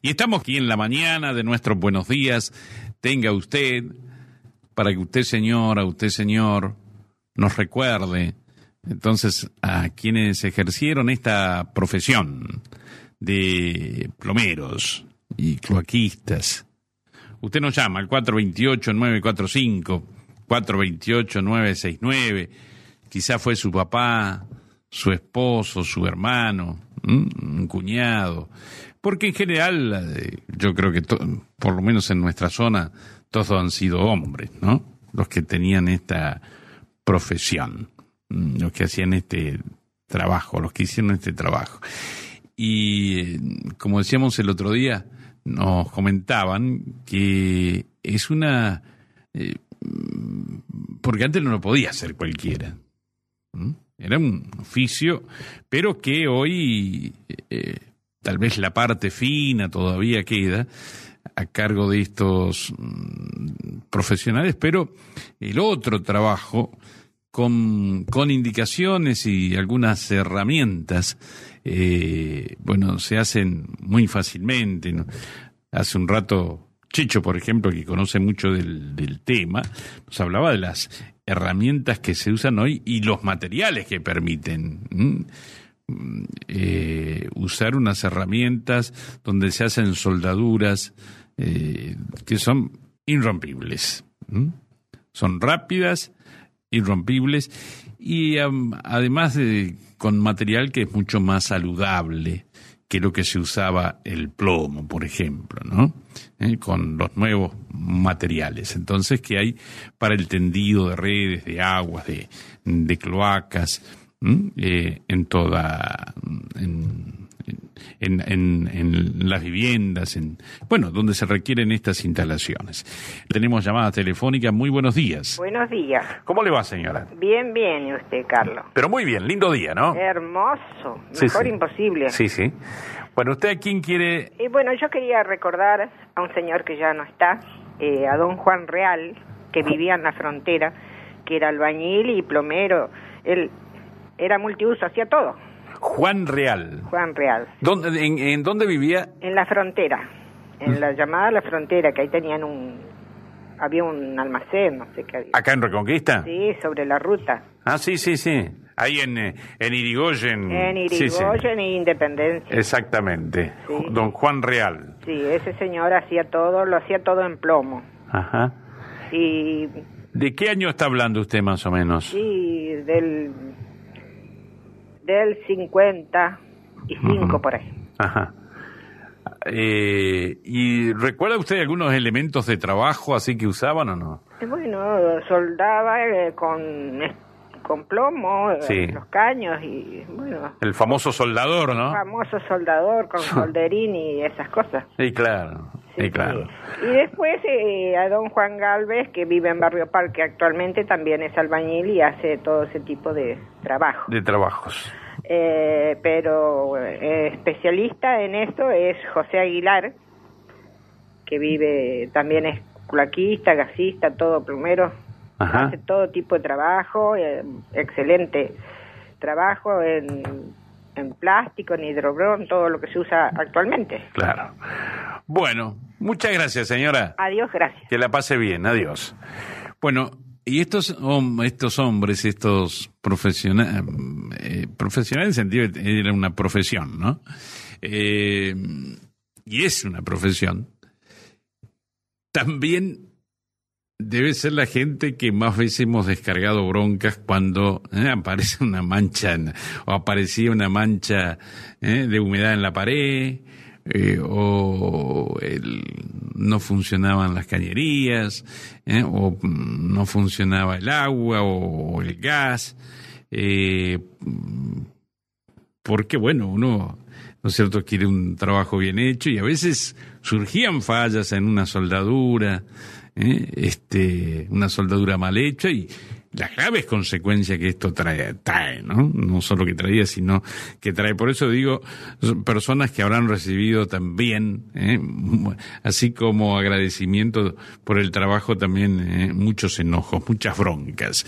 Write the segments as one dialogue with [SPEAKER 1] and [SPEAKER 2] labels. [SPEAKER 1] Y estamos aquí en la mañana de nuestros buenos días. Tenga usted, para que usted, señora, usted, señor, nos recuerde. Entonces, a quienes ejercieron esta profesión de plomeros y cloaquistas. Usted nos llama al 428-945, 428-969. Quizá fue su papá, su esposo, su hermano, ¿m? un cuñado. Porque en general, eh, yo creo que, to- por lo menos en nuestra zona, todos han sido hombres, ¿no? Los que tenían esta profesión, mm, los que hacían este trabajo, los que hicieron este trabajo. Y eh, como decíamos el otro día, nos comentaban que es una... eh, mm, porque antes no lo podía hacer cualquiera. ¿Mm? Era un oficio, pero que hoy eh, tal vez la parte fina todavía queda a cargo de estos mm, profesionales, pero el otro trabajo con, con indicaciones y algunas herramientas, eh, bueno, se hacen muy fácilmente. ¿no? Hace un rato Chicho, por ejemplo, que conoce mucho del, del tema, nos hablaba de las herramientas que se usan hoy y los materiales que permiten ¿m? Mm, eh, usar unas herramientas donde se hacen soldaduras eh, que son irrompibles. ¿m? Son rápidas, irrompibles y am, además de, con material que es mucho más saludable que lo que se usaba el plomo, por ejemplo, ¿no? Eh, Con los nuevos materiales. Entonces, que hay para el tendido de redes, de aguas, de, de cloacas, ¿m? Eh, en toda. En, en, en- en las viviendas, en, bueno, donde se requieren estas instalaciones. Tenemos llamadas telefónicas. Muy buenos días.
[SPEAKER 2] Buenos días.
[SPEAKER 1] ¿Cómo le va, señora?
[SPEAKER 2] Bien, bien, ¿y usted, Carlos?
[SPEAKER 1] Pero muy bien, lindo día, ¿no?
[SPEAKER 2] Hermoso.
[SPEAKER 1] Sí,
[SPEAKER 2] Mejor
[SPEAKER 1] sí.
[SPEAKER 2] imposible.
[SPEAKER 1] Sí, sí. Bueno, ¿usted a quién quiere?
[SPEAKER 2] Y bueno, yo quería recordar a un señor que ya no está, eh, a don Juan Real, que vivía en la frontera, que era albañil y plomero. Él era multiuso, hacía todo.
[SPEAKER 1] Juan Real.
[SPEAKER 2] Juan Real.
[SPEAKER 1] ¿Dónde, en, en dónde vivía?
[SPEAKER 2] En la frontera, en la llamada La Frontera, que ahí tenían un. Había un almacén, no sé qué había.
[SPEAKER 1] ¿Acá en Reconquista?
[SPEAKER 2] Sí, sobre la ruta.
[SPEAKER 1] Ah, sí, sí, sí. Ahí en, eh, en Irigoyen.
[SPEAKER 2] En
[SPEAKER 1] Mm. Sí, sí.
[SPEAKER 2] Irigoyen e Independencia.
[SPEAKER 1] Exactamente.
[SPEAKER 2] Sí.
[SPEAKER 1] Ju- Don Juan Real.
[SPEAKER 2] Sí, ese señor hacía todo, lo hacía todo en plomo.
[SPEAKER 1] Ajá.
[SPEAKER 2] Y,
[SPEAKER 1] ¿De qué año está hablando usted más o menos?
[SPEAKER 2] y del, del 55
[SPEAKER 1] Ujú.
[SPEAKER 2] por ahí.
[SPEAKER 1] Ajá. Eh, ¿Y recuerda usted algunos elementos de trabajo así que usaban o no?
[SPEAKER 2] Y bueno, soldaba eh, con, con plomo eh,
[SPEAKER 1] Sí.
[SPEAKER 2] los caños y, bueno,
[SPEAKER 1] El famoso soldador, ¿no?
[SPEAKER 2] famoso soldador con solderín y esas cosas.
[SPEAKER 1] Sí, claro. Sí, claro.
[SPEAKER 2] sí. Y después eh, a don Juan Galvez, que vive en Barrio Parque actualmente, también es albañil y hace todo ese tipo de trabajo.
[SPEAKER 1] De trabajos.
[SPEAKER 2] Eh, pero eh, especialista en esto es José Aguilar, que vive, también es culaquista, gasista, todo plumero,
[SPEAKER 1] Ajá.
[SPEAKER 2] hace todo tipo de trabajo, eh, excelente trabajo en, en plástico, en hidrobrón, todo lo que se usa actualmente.
[SPEAKER 1] Claro. Bueno, muchas gracias, señora.
[SPEAKER 2] Adiós, gracias.
[SPEAKER 1] Que la pase bien. Adiós. Bueno, y estos, hom- estos hombres, estos profesionales, profesionales en sentido de que era una profesión, ¿no? Eh, y es una profesión. También debe ser la gente que más veces hemos descargado broncas cuando eh, aparece una mancha en- o aparecía una mancha eh, de humedad en la pared eh, o el- no funcionaban las cañerías eh, o mm, no funcionaba el agua o, el gas eh, mm, porque bueno uno no es cierto quiere un trabajo bien hecho y a veces surgían fallas en una soldadura ¿eh? este, una soldadura mal hecha y las graves consecuencias que esto trae, trae, ¿no? No solo que traía, sino que trae. Por eso digo, son personas que habrán recibido también, ¿eh? así como agradecimiento por el trabajo, también ¿eh? muchos enojos, muchas broncas.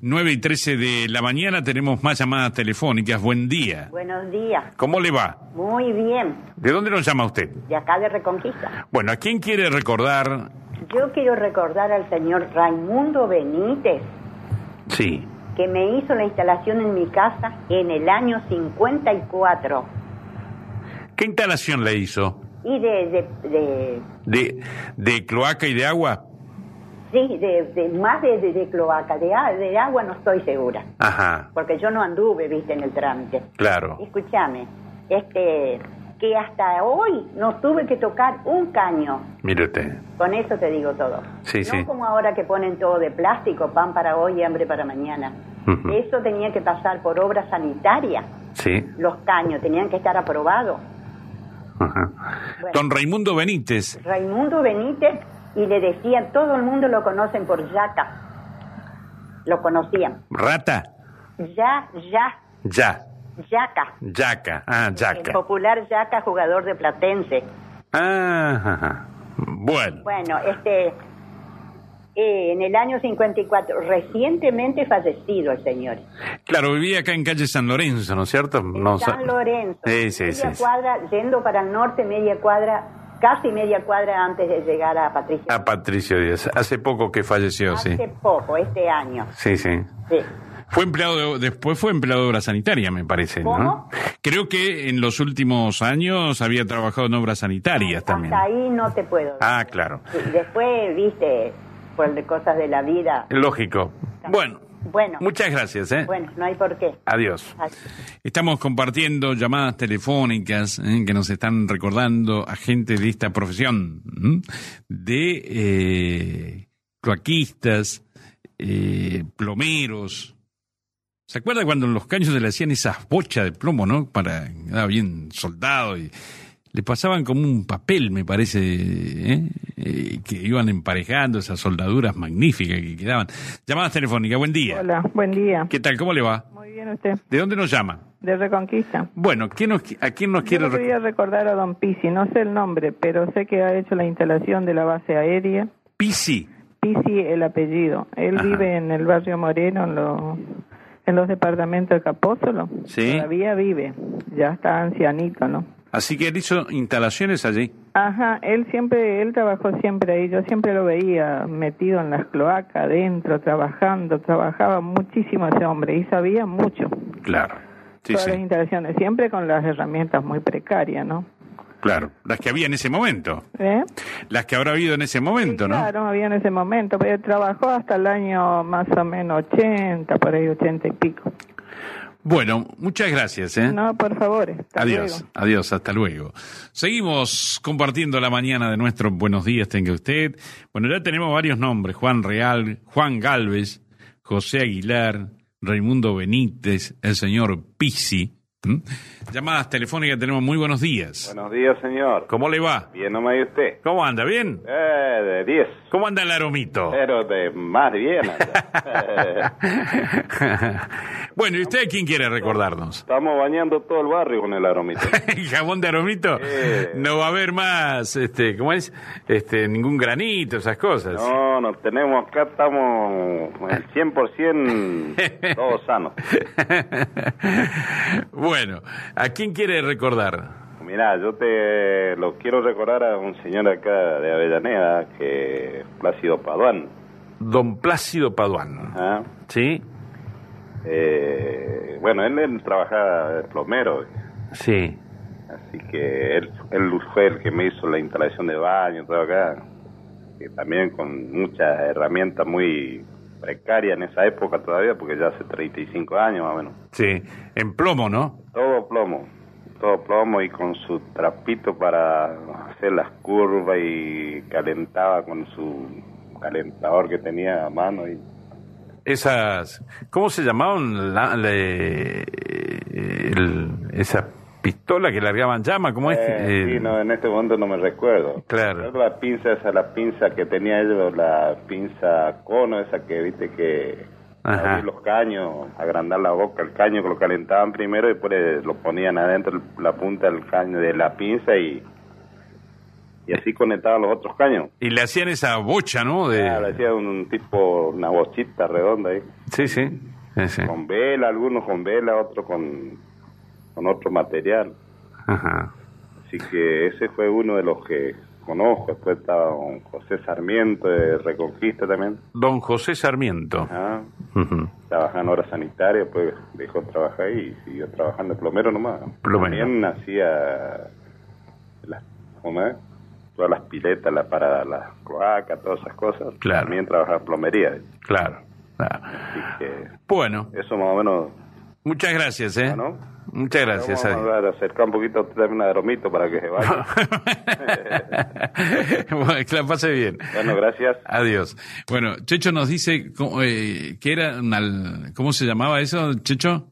[SPEAKER 1] 9 y 13 de la mañana tenemos más llamadas telefónicas. Buen día.
[SPEAKER 3] Buenos días.
[SPEAKER 1] ¿Cómo le va?
[SPEAKER 3] Muy bien.
[SPEAKER 1] ¿De dónde nos llama usted?
[SPEAKER 3] De acá de Reconquista.
[SPEAKER 1] Bueno, ¿a quién quiere recordar
[SPEAKER 3] yo quiero recordar al señor Raimundo Benítez.
[SPEAKER 1] Sí.
[SPEAKER 3] Que me hizo la instalación en mi casa en el año 54.
[SPEAKER 1] ¿Qué instalación le hizo?
[SPEAKER 3] Y de... ¿De,
[SPEAKER 1] de, de, de cloaca y de agua?
[SPEAKER 3] Sí, de, de más de, de, cloaca, de, de agua no estoy segura.
[SPEAKER 1] Ajá.
[SPEAKER 3] Porque yo no anduve, viste, en el trámite.
[SPEAKER 1] Claro.
[SPEAKER 3] Escúchame, este, que hasta hoy no tuve que tocar un caño.
[SPEAKER 1] Mírate.
[SPEAKER 3] Con eso te digo todo.
[SPEAKER 1] Sí,
[SPEAKER 3] no
[SPEAKER 1] sí.
[SPEAKER 3] como ahora que ponen todo de plástico, pan para hoy y hambre para mañana.
[SPEAKER 1] Uh -huh.
[SPEAKER 3] Eso tenía que pasar por obra sanitaria.
[SPEAKER 1] Sí.
[SPEAKER 3] Los caños tenían que estar aprobados.
[SPEAKER 1] Uh -huh. bueno, Don Raimundo Benítez.
[SPEAKER 3] Raimundo Benítez, y le decían, todo el mundo lo conocen por Yaca. Lo conocían.
[SPEAKER 1] ¿Rata?
[SPEAKER 3] Ya, ya.
[SPEAKER 1] Ya.
[SPEAKER 3] Yaca.
[SPEAKER 1] Yaca, ah, Yaca.
[SPEAKER 3] El popular Yaca, jugador de Platense.
[SPEAKER 1] Ah, bueno.
[SPEAKER 3] Bueno, este, eh, en el año 54, recientemente fallecido el señor.
[SPEAKER 1] Claro, vivía acá en calle San Lorenzo, ¿no es cierto?
[SPEAKER 3] En
[SPEAKER 1] no,
[SPEAKER 3] San Lorenzo.
[SPEAKER 1] Sí, sí,
[SPEAKER 3] media
[SPEAKER 1] sí,
[SPEAKER 3] cuadra, yendo para el norte, media cuadra, casi media cuadra antes de llegar a Patricio.
[SPEAKER 1] A Patricio Díaz. Hace poco que falleció,
[SPEAKER 3] Hace
[SPEAKER 1] Ah, sí.
[SPEAKER 3] Hace poco, este año.
[SPEAKER 1] Sí, sí.
[SPEAKER 3] Sí.
[SPEAKER 1] Fue empleado, de, después fue empleado de obra sanitaria, me parece, ¿no?
[SPEAKER 3] ¿Cómo?
[SPEAKER 1] Creo que en los últimos años había trabajado en obras sanitarias
[SPEAKER 3] Hasta
[SPEAKER 1] también.
[SPEAKER 3] ahí no te puedo.
[SPEAKER 1] Ah, claro.
[SPEAKER 3] Sí, Después, viste, por de cosas de la vida.
[SPEAKER 1] Lógico. Bueno.
[SPEAKER 3] Bueno.
[SPEAKER 1] Muchas gracias, ¿eh?
[SPEAKER 3] Bueno, no hay por qué.
[SPEAKER 1] Adiós.
[SPEAKER 3] Adiós.
[SPEAKER 1] Estamos compartiendo llamadas telefónicas ¿eh? que nos están recordando a gente de esta profesión, ¿m? de eh, cloaquistas, eh, plomeros. ¿Se acuerda cuando en los caños se le hacían esas bochas de plomo, no? Para quedaba bien soldado y le pasaban como un papel, me parece, ¿eh? Eh, que iban emparejando esas soldaduras magníficas que quedaban. Llamadas telefónicas, buen día.
[SPEAKER 4] Hola, buen día.
[SPEAKER 1] ¿Qué tal? ¿Cómo le va?
[SPEAKER 4] Muy bien usted,
[SPEAKER 1] ¿De dónde nos llama?
[SPEAKER 4] de Reconquista.
[SPEAKER 1] Bueno, ¿quién nos, ¿a quién nos
[SPEAKER 4] Yo
[SPEAKER 1] quiere
[SPEAKER 4] le
[SPEAKER 1] rec-
[SPEAKER 4] quería recordar a don Pisi, no sé el nombre, pero sé que ha hecho la instalación de la base aérea.
[SPEAKER 1] Pisi.
[SPEAKER 4] Pisi el apellido. Él
[SPEAKER 1] Ajá.
[SPEAKER 4] vive en el barrio Moreno, en los, en los departamentos de Capózolo.
[SPEAKER 1] Sí.
[SPEAKER 4] Todavía vive, ya está ancianito, ¿no?
[SPEAKER 1] Así que él hizo instalaciones allí.
[SPEAKER 4] Ajá, él siempre, él trabajó siempre ahí, yo siempre lo veía metido en las cloacas, adentro, trabajando, trabajaba muchísimo ese hombre y sabía mucho.
[SPEAKER 1] Claro. Sí,
[SPEAKER 4] todas
[SPEAKER 1] sí.
[SPEAKER 4] las instalaciones, siempre con las herramientas muy precarias, ¿no?
[SPEAKER 1] Claro. Las que había en ese momento.
[SPEAKER 4] ¿Eh?
[SPEAKER 1] Las que habrá habido en ese momento, ¿no?
[SPEAKER 4] Claro, había en ese momento, pero trabajó hasta el año más o menos 80, por ahí 80 y pico.
[SPEAKER 1] Bueno, muchas gracias, ¿eh?
[SPEAKER 4] No, por favor. hasta
[SPEAKER 1] Adiós,
[SPEAKER 4] luego.
[SPEAKER 1] adiós, hasta luego. Seguimos compartiendo la mañana de nuestro Buenos Días, tenga usted. Bueno, ya tenemos varios nombres, Juan Real, Juan Galvez, José Aguilar, Raimundo Benítez, el señor Pisi. ¿Mm? Llamadas telefónicas tenemos muy buenos días.
[SPEAKER 5] Buenos días, señor.
[SPEAKER 1] ¿Cómo le va?
[SPEAKER 5] Bien, no me usted.
[SPEAKER 1] ¿Cómo anda? ¿Bien?
[SPEAKER 5] Eh, de 10.
[SPEAKER 1] ¿Cómo anda el aromito?
[SPEAKER 5] Pero de más bien. anda. Eh,
[SPEAKER 1] bueno, ¿y usted a quién quiere recordarnos?
[SPEAKER 5] estamos bañando todo el barrio con el aromito.
[SPEAKER 1] ¿El jabón de aromito?
[SPEAKER 5] Eh.
[SPEAKER 1] No va a haber más, este, ¿cómo es? Este, ningún granito, esas cosas.
[SPEAKER 5] No, no tenemos acá, estamos el 100% todos sanos.
[SPEAKER 1] bueno, ¿a quién quiere recordar?
[SPEAKER 5] Mirá, yo te lo quiero recordar a un señor acá de Avellaneda, que es Plácido Paduán.
[SPEAKER 1] Don Plácido Paduán.
[SPEAKER 5] ¿ah?
[SPEAKER 1] ¿Sí?
[SPEAKER 5] Eh, bueno, él, él trabajaba de plomero.
[SPEAKER 1] Sí.
[SPEAKER 5] Así que él, él fue el que me hizo la instalación de baño, todo acá. Que también con muchas herramientas muy precarias en esa época todavía, porque ya hace 35 años más o menos.
[SPEAKER 1] Sí. En plomo, ¿no?
[SPEAKER 5] Todo plomo, todo plomo y con su trapito para hacer las curvas y calentaba con su calentador que tenía a mano. Y
[SPEAKER 1] Esas. ¿Cómo se llamaban? La- le- eh, el- esas pistola que largaban llama, ¿cómo es?
[SPEAKER 5] Eh,
[SPEAKER 1] Eh,
[SPEAKER 5] sí, no, en este momento no me recuerdo.
[SPEAKER 1] Claro.
[SPEAKER 5] Recuerdo La pinza esa, la pinza que tenía ellos, la pinza cono esa que viste que
[SPEAKER 1] Ajá.
[SPEAKER 5] abrir los caños, agrandar la boca, el caño que lo calentaban primero y después le- lo ponían adentro la punta del caño de la pinza y y así conectaban los otros caños.
[SPEAKER 1] Y le hacían esa bocha, ¿no? De...
[SPEAKER 5] Ah, le hacía un tipo, una bochita redonda ahí,
[SPEAKER 1] Sí, sí. sí, sí.
[SPEAKER 5] con vela, algunos con vela, otros con, con otro material.
[SPEAKER 1] Ajá.
[SPEAKER 5] Así que ese fue uno de los que conozco. Después estaba don José Sarmiento de Reconquista también.
[SPEAKER 1] Don José Sarmiento.
[SPEAKER 5] Ah,
[SPEAKER 1] Ujú.
[SPEAKER 5] Trabajaba en obras sanitarias, pues dejó de trabajar y siguió trabajando de plomero nomás.
[SPEAKER 1] Plomero.
[SPEAKER 5] También hacía las, ¿cómo es? todas las piletas, la para las cloacas, todas esas cosas.
[SPEAKER 1] Claro.
[SPEAKER 5] También trabajaba en plomería.
[SPEAKER 1] Claro. claro.
[SPEAKER 5] Así que
[SPEAKER 1] Bueno,
[SPEAKER 5] eso más o menos.
[SPEAKER 1] muchas gracias, ¿eh?
[SPEAKER 5] Bueno.
[SPEAKER 1] Muchas gracias,
[SPEAKER 5] Vamos a
[SPEAKER 1] Ari.
[SPEAKER 5] hablar, acercar un poquito a usted también a Romito para que se vaya.
[SPEAKER 1] bueno, que la pase bien.
[SPEAKER 5] bueno, gracias.
[SPEAKER 1] Adiós. Bueno, Checho nos dice cómo, eh, que era una- cómo se llamaba eso, Checho,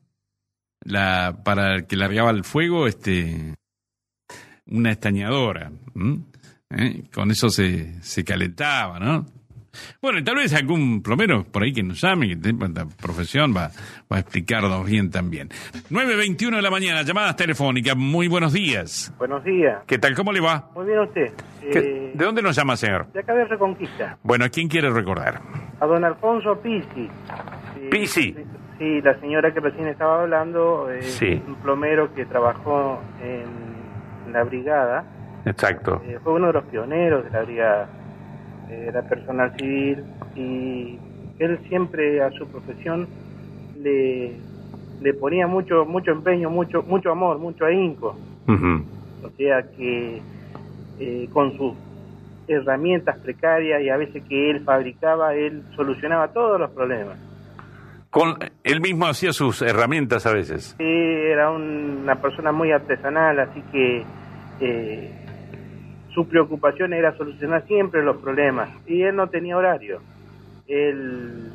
[SPEAKER 1] la para el que largaba el fuego, este, una estañadora. ¿m? ¿Eh? Con eso se, se calentaba, ¿no? Bueno, y tal vez algún plomero por ahí que nos llame, que tenga esta profesión, va, va a explicarnos bien también. 9.21 de la mañana, llamadas telefónicas. Muy buenos días.
[SPEAKER 6] Buenos días.
[SPEAKER 1] ¿Qué tal? ¿Cómo le va?
[SPEAKER 6] Muy bien a usted.
[SPEAKER 1] ¿Qué-
[SPEAKER 6] Eh,
[SPEAKER 1] ¿De dónde nos llama, señor?
[SPEAKER 6] de acá de Reconquista.
[SPEAKER 1] Bueno, ¿a quién quiere recordar?
[SPEAKER 6] A don Alfonso Pisi. Eh,
[SPEAKER 1] Pisi.
[SPEAKER 6] Sí, la señora que recién estaba hablando, eh,
[SPEAKER 1] Sí.
[SPEAKER 6] un plomero que trabajó en la brigada,
[SPEAKER 1] Exacto.
[SPEAKER 6] eh, fue uno de los pioneros de la brigada, eh, era personal civil y él siempre a su profesión le, le ponía mucho mucho empeño, mucho mucho amor, mucho ahínco.
[SPEAKER 1] Ujú.
[SPEAKER 6] O sea que eh, con sus herramientas precarias y a veces que él fabricaba, él solucionaba todos los problemas.
[SPEAKER 1] Con, él mismo hacía sus herramientas a veces.
[SPEAKER 6] Sí, era un- una persona muy artesanal, así que eh, su preocupación era solucionar siempre los problemas. Y él no tenía horario. Él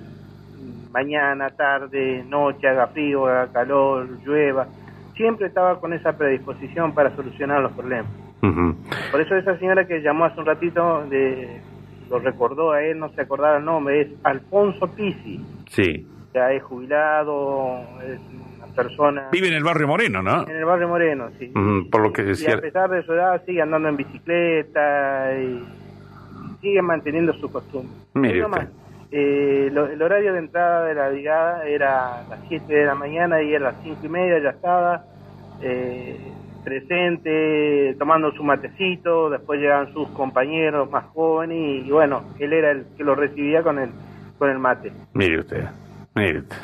[SPEAKER 6] mañana, tarde, noche, haga frío, haga calor, llueva. Siempre estaba con esa predisposición para solucionar los problemas.
[SPEAKER 1] Ujú.
[SPEAKER 6] Por eso esa señora que llamó hace un ratito de, lo recordó a él, no se acordaba el nombre, es Alfonso Pisi.
[SPEAKER 1] Sí.
[SPEAKER 6] Ya es jubilado, es una persona
[SPEAKER 1] Vive en el barrio Moreno, ¿no?
[SPEAKER 6] en el barrio Moreno, sí.
[SPEAKER 1] Ujú, Mm, por lo que
[SPEAKER 6] Y a
[SPEAKER 1] decía.
[SPEAKER 6] pesar de su edad sigue andando en bicicleta y sigue manteniendo su costumbre.
[SPEAKER 1] Mire
[SPEAKER 6] Y no
[SPEAKER 1] usted.
[SPEAKER 6] más, eh, lo- el horario de entrada de la brigada era a las 7 de la mañana y a las 5 y media ya estaba eh, presente, tomando su matecito, después llegaban sus compañeros más jóvenes y, y bueno, él era el que lo recibía con el, con el mate.
[SPEAKER 1] Mire usted. Mire usted.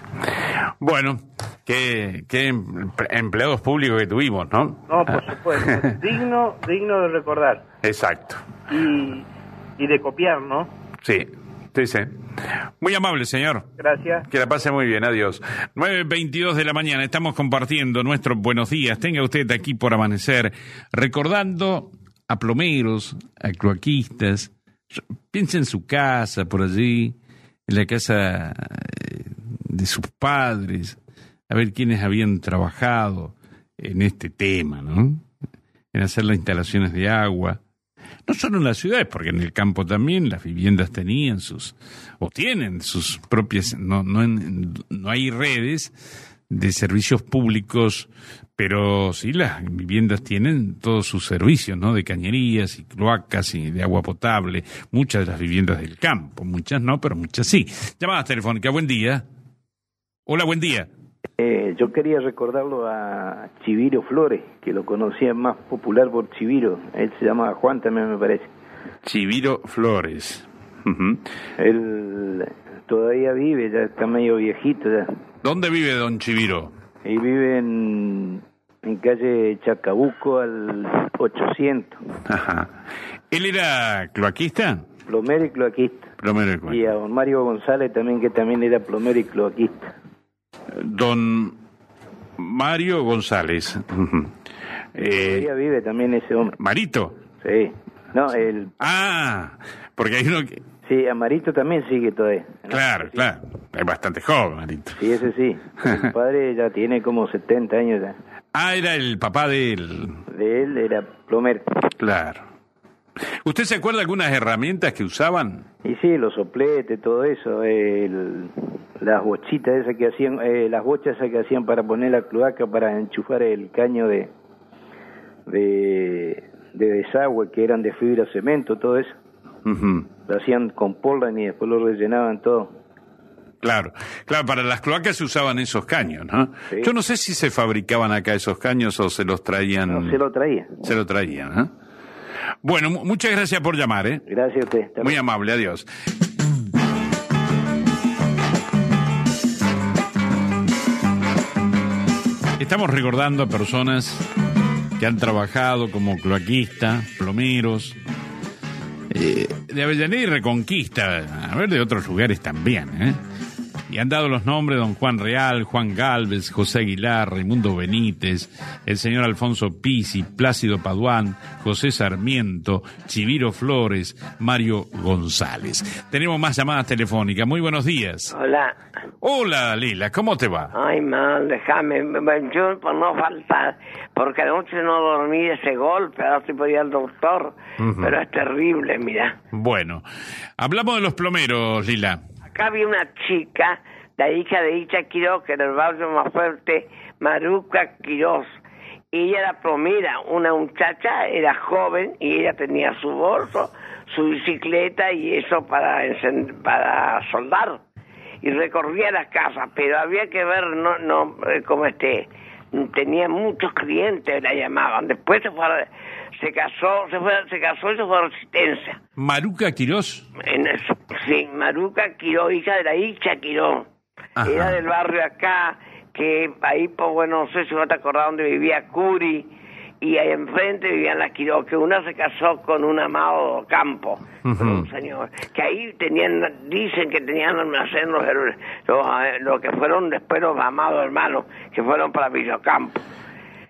[SPEAKER 1] Bueno, qué, qué em- empleados públicos que tuvimos, ¿no?
[SPEAKER 6] No, por supuesto, digno, digno de recordar
[SPEAKER 1] Exacto.
[SPEAKER 6] y, y de copiar, ¿no?
[SPEAKER 1] Sí. Sí, sí. Muy amable, señor.
[SPEAKER 6] Gracias.
[SPEAKER 1] Que la pase muy bien, adiós. 9.22 de la mañana, estamos compartiendo nuestros buenos días. Tenga usted aquí por amanecer, recordando a plomeros, a cloaquistas. Piensa en su casa por allí, en la casa eh, de sus padres, a ver quiénes habían trabajado en este tema, ¿no? En hacer las instalaciones de agua. No solo en las ciudades, porque en el campo también las viviendas tenían sus, o tienen sus propias, no, no, en- no hay redes de servicios públicos, pero sí las viviendas tienen todos sus servicios, ¿no? De cañerías y cloacas y de agua potable, muchas de las viviendas del campo, muchas no, pero muchas sí. Llamadas telefónicas, buen día. Hola, buen día.
[SPEAKER 7] Eh, yo quería recordarlo a Chiviro Flores, que lo conocía más popular por Chiviro. Él se llamaba Juan también, me parece.
[SPEAKER 1] Chiviro Flores.
[SPEAKER 7] Él todavía vive, ya está medio viejito ya.
[SPEAKER 1] ¿Dónde vive don Chiviro?
[SPEAKER 7] Y vive en, en calle Chacabuco al 800.
[SPEAKER 1] Ajá. ¿Él era cloaquista?
[SPEAKER 7] Plomero y cloaquista.
[SPEAKER 1] Plomero de cloaca.
[SPEAKER 7] Y a don Mario González también, que también era plomero y cloaquista.
[SPEAKER 1] Don Mario González. Ujú. Eh,
[SPEAKER 7] Todavía vive también ese hombre.
[SPEAKER 1] Marito.
[SPEAKER 7] Sí. No, el,
[SPEAKER 1] Ah, porque hay uno que...
[SPEAKER 7] sí, Amarito también sigue todavía. ¿no?
[SPEAKER 1] Claro, claro. Es bastante joven, Marito.
[SPEAKER 7] Sí, ese sí. El padre ya tiene como 70 años ya.
[SPEAKER 1] Ah, era el papá de él.
[SPEAKER 7] De él era plomero.
[SPEAKER 1] Claro. ¿Usted se acuerda algunas herramientas que usaban?
[SPEAKER 7] Y sí, los sopletes, todo eso, el- las bochitas esas que hacían, eh, las bochas esas que hacían para poner la cloaca, para enchufar el caño de, de, de desagüe, que eran de fibra cemento, todo eso.
[SPEAKER 1] Ujú.
[SPEAKER 7] Lo hacían con Portland y después lo rellenaban todo.
[SPEAKER 1] Claro, claro, para las cloacas se usaban esos caños, ¿no?
[SPEAKER 7] Sí.
[SPEAKER 1] Yo no sé si se fabricaban acá esos caños o se los traían.
[SPEAKER 7] No, se lo traía.
[SPEAKER 1] Mm. se lo ¿eh? traían, ¿no? Bueno, mu- muchas gracias por llamar, ¿eh?
[SPEAKER 7] Gracias a usted. Hasta
[SPEAKER 1] Muy amable, adiós. Estamos recordando a personas que han trabajado como cloaquistas, plomeros, eh, de Avellaneda y Reconquista, a ver, de otros lugares también, ¿eh? Y han dado los nombres don Juan Real, Juan Galvez, José Aguilar, Raimundo Benítez, el señor Alfonso Pisi, Plácido Paduán, José Sarmiento, Chiviro Flores, Mario González. Tenemos más llamadas telefónicas. Muy buenos días.
[SPEAKER 8] Hola.
[SPEAKER 1] Hola, Lila, ¿cómo te va?
[SPEAKER 8] Ay, mal, déjame. Bueno, Yo por no faltar, porque anoche no dormí ese golpe, ahora estoy por ir al doctor,
[SPEAKER 1] Ujú.
[SPEAKER 8] pero es terrible, mira.
[SPEAKER 1] Bueno, hablamos de los plomeros, Lila.
[SPEAKER 8] Acá había una chica, la hija de Icha Quiroz, que era el barrio más fuerte, Maruca Quiroz. Y ella era plomera, una muchacha, era joven y ella tenía su bolso, su bicicleta y eso para, encen- para soldar. Y recorría las casas, pero había que ver, no, no, eh, como este, tenía muchos clientes, la llamaban. Después se fue, a- se casó, se fue, se casó y se fue a Resistencia.
[SPEAKER 1] Maruca Quirós.
[SPEAKER 8] En el- sí, Maruca Quiró, hija de la Icha Quiró.
[SPEAKER 1] Ajá.
[SPEAKER 8] Era del barrio acá, que ahí, pues bueno, no sé si no te acordás dónde vivía Curi, y ahí enfrente vivían las Quiró, que una se casó con un amado Campo,
[SPEAKER 1] Ujú.
[SPEAKER 8] un señor, que ahí tenían, dicen que tenían almacén los, her- los, eh, los que fueron después los amados hermanos, que fueron para Villocampo.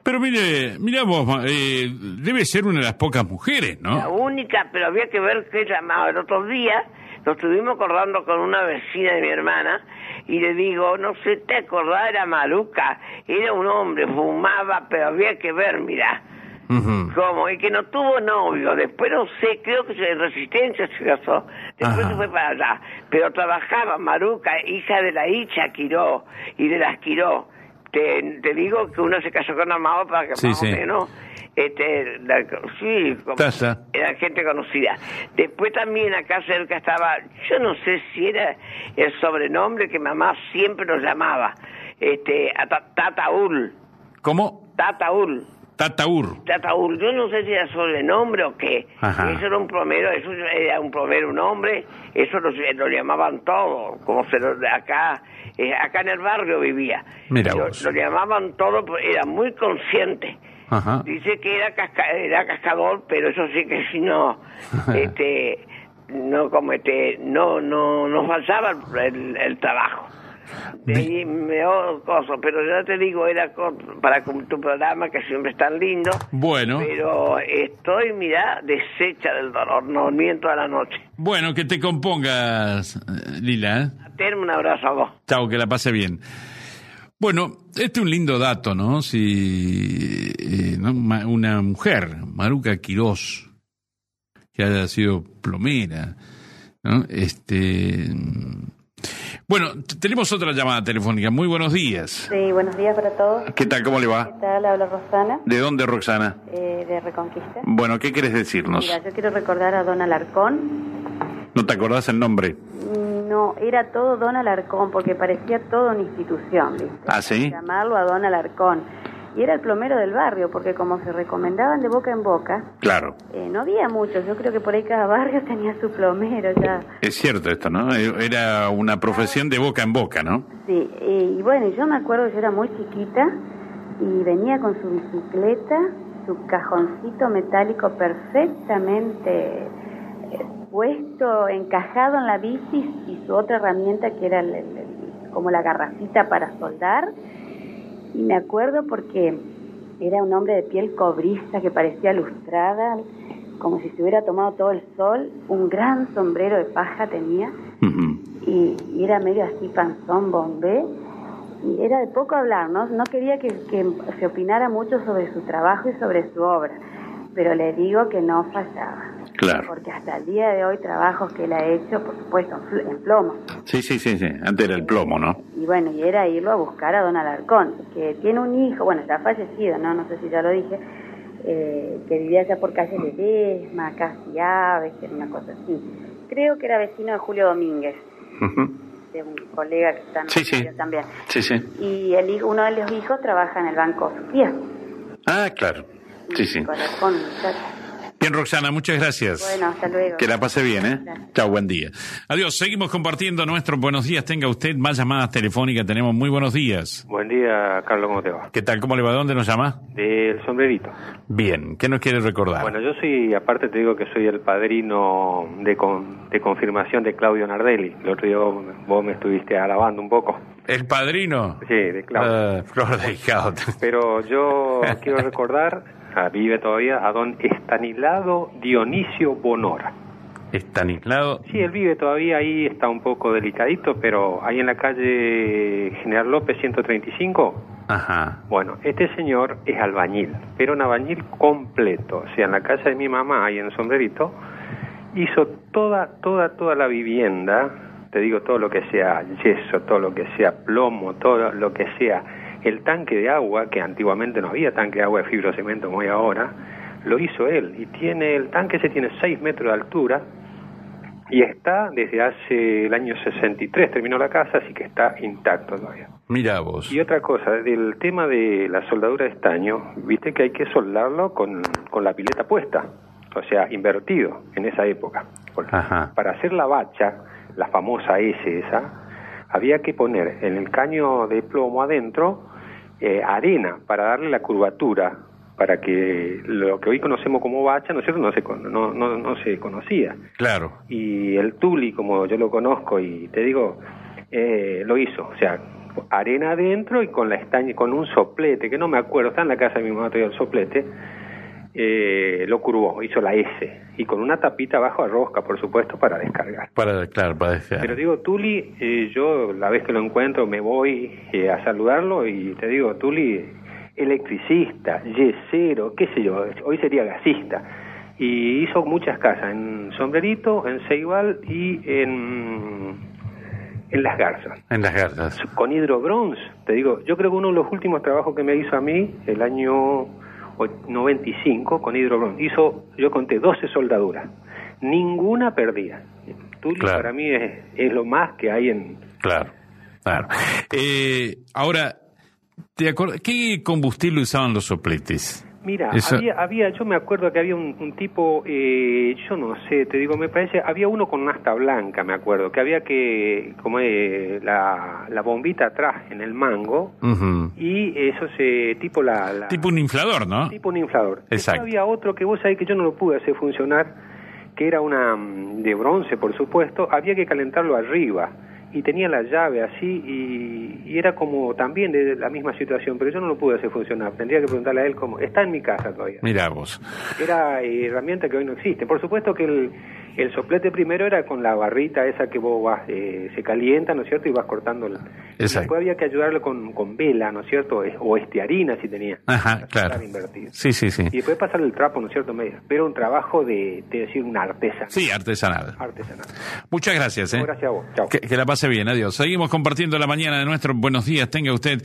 [SPEAKER 1] Pero mire, mira vos, ma- eh, debe ser una de las pocas mujeres,
[SPEAKER 8] La
[SPEAKER 1] ¿no?
[SPEAKER 8] única, pero había que ver qué llamaba. El otro día nos estuvimos acordando con una vecina de mi hermana y le digo, no sé, te acordás, era maluca, era un hombre, fumaba, pero había que ver, mira.
[SPEAKER 1] Ujú.
[SPEAKER 8] ¿Cómo? Y que no tuvo novio. Después no sé, creo que en Resistencia se casó. Después
[SPEAKER 1] Ajá.
[SPEAKER 8] se fue para allá. Pero trabajaba Maruca, hija de la Icha Quiró y de las Quiró. Te, te digo que uno se casó con Amado para que
[SPEAKER 1] Sí,
[SPEAKER 8] más
[SPEAKER 1] sí.
[SPEAKER 8] o menos. Este, la- sí, como-
[SPEAKER 1] Está, está.
[SPEAKER 8] era gente conocida. Después también acá cerca estaba, yo no sé si era el sobrenombre que mamá siempre nos llamaba, este, a Ta- Tataúl,
[SPEAKER 1] ¿Cómo?
[SPEAKER 8] Tataúl.
[SPEAKER 1] Tataur.
[SPEAKER 8] Tataúl, yo no sé si era sobrenombre o qué.
[SPEAKER 1] Ajá.
[SPEAKER 8] Eso era un plomero, eso era un plomero, un hombre, eso lo, lo llamaban todo, como se lo, acá, eh, acá en el barrio vivía.
[SPEAKER 1] Mira
[SPEAKER 8] lo,
[SPEAKER 1] vos.
[SPEAKER 8] lo llamaban todo, pues, era muy consciente.
[SPEAKER 9] Ah.
[SPEAKER 1] Ajá.
[SPEAKER 8] Dice que era, casca- era cascador, pero eso sí que si no, este, no comete, no, no, no faltaba el, el trabajo. De ahí me dio cosas, pero ya te digo, era co- para con tu programa que siempre es tan lindo.
[SPEAKER 1] Bueno,
[SPEAKER 8] Pero eh, estoy, mira, deshecha del dolor, no dormí en toda la noche.
[SPEAKER 1] bueno, que te compongas, eh, Lila. ¿eh?
[SPEAKER 8] Tenme un abrazo a vos.
[SPEAKER 1] Chao, que la pase bien. Bueno, este es un lindo dato, ¿no? Si eh, ¿no? Ma- una mujer, Maruca Quirós, que haya sido plomera, ¿no? Este. mm. Bueno, t- tenemos otra llamada telefónica. Muy buenos días.
[SPEAKER 10] Sí, buenos días para todos.
[SPEAKER 1] ¿Qué tal? ¿Cómo le
[SPEAKER 10] ¿Qué
[SPEAKER 1] va?
[SPEAKER 10] tal? Habla Rosana
[SPEAKER 1] ¿De dónde, Roxana?
[SPEAKER 10] eh, de Reconquista.
[SPEAKER 1] Bueno, ¿qué quieres decirnos?
[SPEAKER 10] Mira, yo quiero recordar a Don Alarcón. Mm,
[SPEAKER 1] ¿No te acordás el nombre?
[SPEAKER 10] No, era todo Don Alarcón porque parecía toda una institución, ¿viste?
[SPEAKER 1] ¿Ah, sí?
[SPEAKER 10] Llamarlo a Don Alarcón. Y era el plomero del barrio porque como se recomendaban de boca en boca,
[SPEAKER 1] Claro.
[SPEAKER 10] eh, no había muchos. Yo creo que por ahí cada barrio tenía su plomero ya.
[SPEAKER 1] Es cierto esto, ¿no? Eh, Era una profesión de boca en boca, ¿no?
[SPEAKER 10] Sí, eh, y bueno, yo me acuerdo, yo era muy chiquita y venía con su bicicleta, su cajoncito metálico perfectamente eh, puesto, encajado en la bici y su otra herramienta que era el- el- el- como la garrafita para soldar. Y me acuerdo porque era un hombre de piel cobriza que parecía lustrada, como si se hubiera tomado todo el sol, un gran sombrero de paja tenía
[SPEAKER 1] Ujú.
[SPEAKER 10] y, y era medio así panzón bombé y era de poco hablar, ¿no? No quería que, que se opinara mucho sobre su trabajo y sobre su obra, pero le digo que no fallaba.
[SPEAKER 11] Claro.
[SPEAKER 10] Porque hasta el día de hoy trabajos que él ha hecho, por supuesto, en fl- en plomo.
[SPEAKER 11] Sí, sí, sí, sí. Antes era el plomo, ¿no?
[SPEAKER 10] Y bueno, y era irlo a buscar a don Alarcón, que tiene un hijo, bueno, está fallecido, ¿no? No sé si ya lo dije, eh, que vivía allá por calle Ledesma, casi Aves, que era una cosa así. Creo que era vecino de Julio Domínguez,
[SPEAKER 11] Ujú.
[SPEAKER 10] de un colega que está en
[SPEAKER 11] Sí, sí.
[SPEAKER 10] Rosario también.
[SPEAKER 11] Sí, sí.
[SPEAKER 10] Y el hijo, uno de los hijos trabaja en el banco Sofía.
[SPEAKER 11] Ah, claro. Sí, sí.
[SPEAKER 10] Con Alarcón, muchacho.
[SPEAKER 1] Bien, Roxana, muchas gracias.
[SPEAKER 10] Bueno, hasta luego.
[SPEAKER 11] Que la pase bien, ¿eh?
[SPEAKER 1] Chao, buen día. Adiós, seguimos compartiendo nuestro buenos días. Tenga usted más llamadas telefónicas. Tenemos muy buenos días.
[SPEAKER 12] Buen día, Carlos, ¿cómo te va?
[SPEAKER 1] ¿Qué tal? ¿Cómo le va? ¿Dónde nos llama?
[SPEAKER 12] Del sombrerito.
[SPEAKER 1] Bien, ¿qué nos quiere recordar?
[SPEAKER 12] Bueno, yo soy, aparte te digo que soy el padrino de, con- de confirmación de Claudio Nardelli. El otro día vos, vos me estuviste alabando un poco.
[SPEAKER 1] El padrino.
[SPEAKER 12] Sí, de Claudio.
[SPEAKER 1] Ah, Flor de Hijado.
[SPEAKER 12] Pero yo quiero recordar, ah, vive todavía, a don Estanilado Dionisio Bonora.
[SPEAKER 1] Estanislao.
[SPEAKER 12] Sí, él vive todavía ahí, está un poco delicadito, pero ahí en la calle General López 135,
[SPEAKER 1] Ajá.
[SPEAKER 12] Bueno, este señor es albañil, pero un albañil completo. O sea, en la casa de mi mamá, ahí en Sombrerito, hizo toda, toda, toda la vivienda, te digo todo lo que sea yeso, todo lo que sea plomo, todo lo que sea el tanque de agua, que antiguamente no había tanque de agua de fibrocemento como hay ahora, lo hizo él. Y tiene, el tanque se tiene 6 metros de altura y está desde hace el año 63, terminó la casa, así que está intacto todavía.
[SPEAKER 1] Mira vos.
[SPEAKER 12] Y otra cosa, del tema de la soldadura de estaño, viste que hay que soldarlo con, con la pileta puesta, o sea, invertido en esa época. Porque Para hacer la bacha, la famosa S esa, había que poner en el caño de plomo adentro eh, arena para darle la curvatura, para que lo que hoy conocemos como bacha, ¿no es cierto?, no se, con- no, no, no se conocía
[SPEAKER 1] Claro.
[SPEAKER 12] y el Tuli, como yo lo conozco y te digo, eh, lo hizo. O sea, arena adentro y con la estaña, con un soplete, que no me acuerdo, está en la casa de mi mamá todavía el soplete, eh, lo curvó, hizo la S. Y con una tapita abajo a rosca, por supuesto, para descargar.
[SPEAKER 1] Para, claro, para dejar.
[SPEAKER 12] Pero digo, Tuli, eh, yo la vez que lo encuentro me voy eh, a saludarlo y te digo, Tuli, electricista, yesero, qué sé yo, hoy sería gasista. Y hizo muchas casas, en Sombrerito, en Ceibal y en, en Las Garzas.
[SPEAKER 1] En las garzas.
[SPEAKER 12] Con hidrobronce, te digo, yo creo que uno de los últimos trabajos que me hizo a mí, el año o- 95, con hidrobronce, hizo, yo conté 12 soldaduras, ninguna perdida. Tuli
[SPEAKER 1] Claro.
[SPEAKER 12] para mí es, es lo más que hay en...
[SPEAKER 1] Claro, claro. Eh, ahora, ¿te acuerdas? ¿qué combustible usaban los sopletes?
[SPEAKER 12] Mira,
[SPEAKER 1] Eso-
[SPEAKER 12] había, había, yo me acuerdo que había un, un tipo, eh, yo no sé, te digo, me parece, había uno con una asta blanca, me acuerdo, que había que, como eh, la, la bombita atrás en el mango,
[SPEAKER 1] Ujú.
[SPEAKER 12] y eso se, tipo la... la-
[SPEAKER 1] Tipo un inflador, ¿no?
[SPEAKER 12] tipo un inflador. Después
[SPEAKER 1] Exacto.
[SPEAKER 12] había otro que vos sabés que yo no lo pude hacer funcionar, que era una mm, de bronce, por supuesto, había que calentarlo arriba y tenía la llave así y, y era como también de la misma situación, pero yo no lo pude hacer funcionar. Tendría que preguntarle a él cómo. Está en mi casa todavía.
[SPEAKER 1] Mirá vos.
[SPEAKER 12] Era eh, herramienta que hoy no existe. Por supuesto que el, el soplete primero era con la barrita esa que vos vas, eh, se calienta, ¿no es cierto? Y vas cortando. la-
[SPEAKER 1] Exacto.
[SPEAKER 12] Después había que ayudarlo con, con vela, ¿no es cierto? O estearina si tenía.
[SPEAKER 1] Ajá, Ah, claro.
[SPEAKER 12] Para invertir.
[SPEAKER 1] Sí, sí, sí.
[SPEAKER 12] Y después pasar el trapo, ¿no es cierto? Medio. Pero un trabajo de, te decir, una artesana.
[SPEAKER 1] Sí, artesanal.
[SPEAKER 12] Artesanal.
[SPEAKER 1] Muchas gracias, ¿eh?
[SPEAKER 12] Gracias a vos. Chao.
[SPEAKER 1] Que, que la pase bien, adiós. Seguimos compartiendo la mañana de nuestro Buenos Días. Tenga usted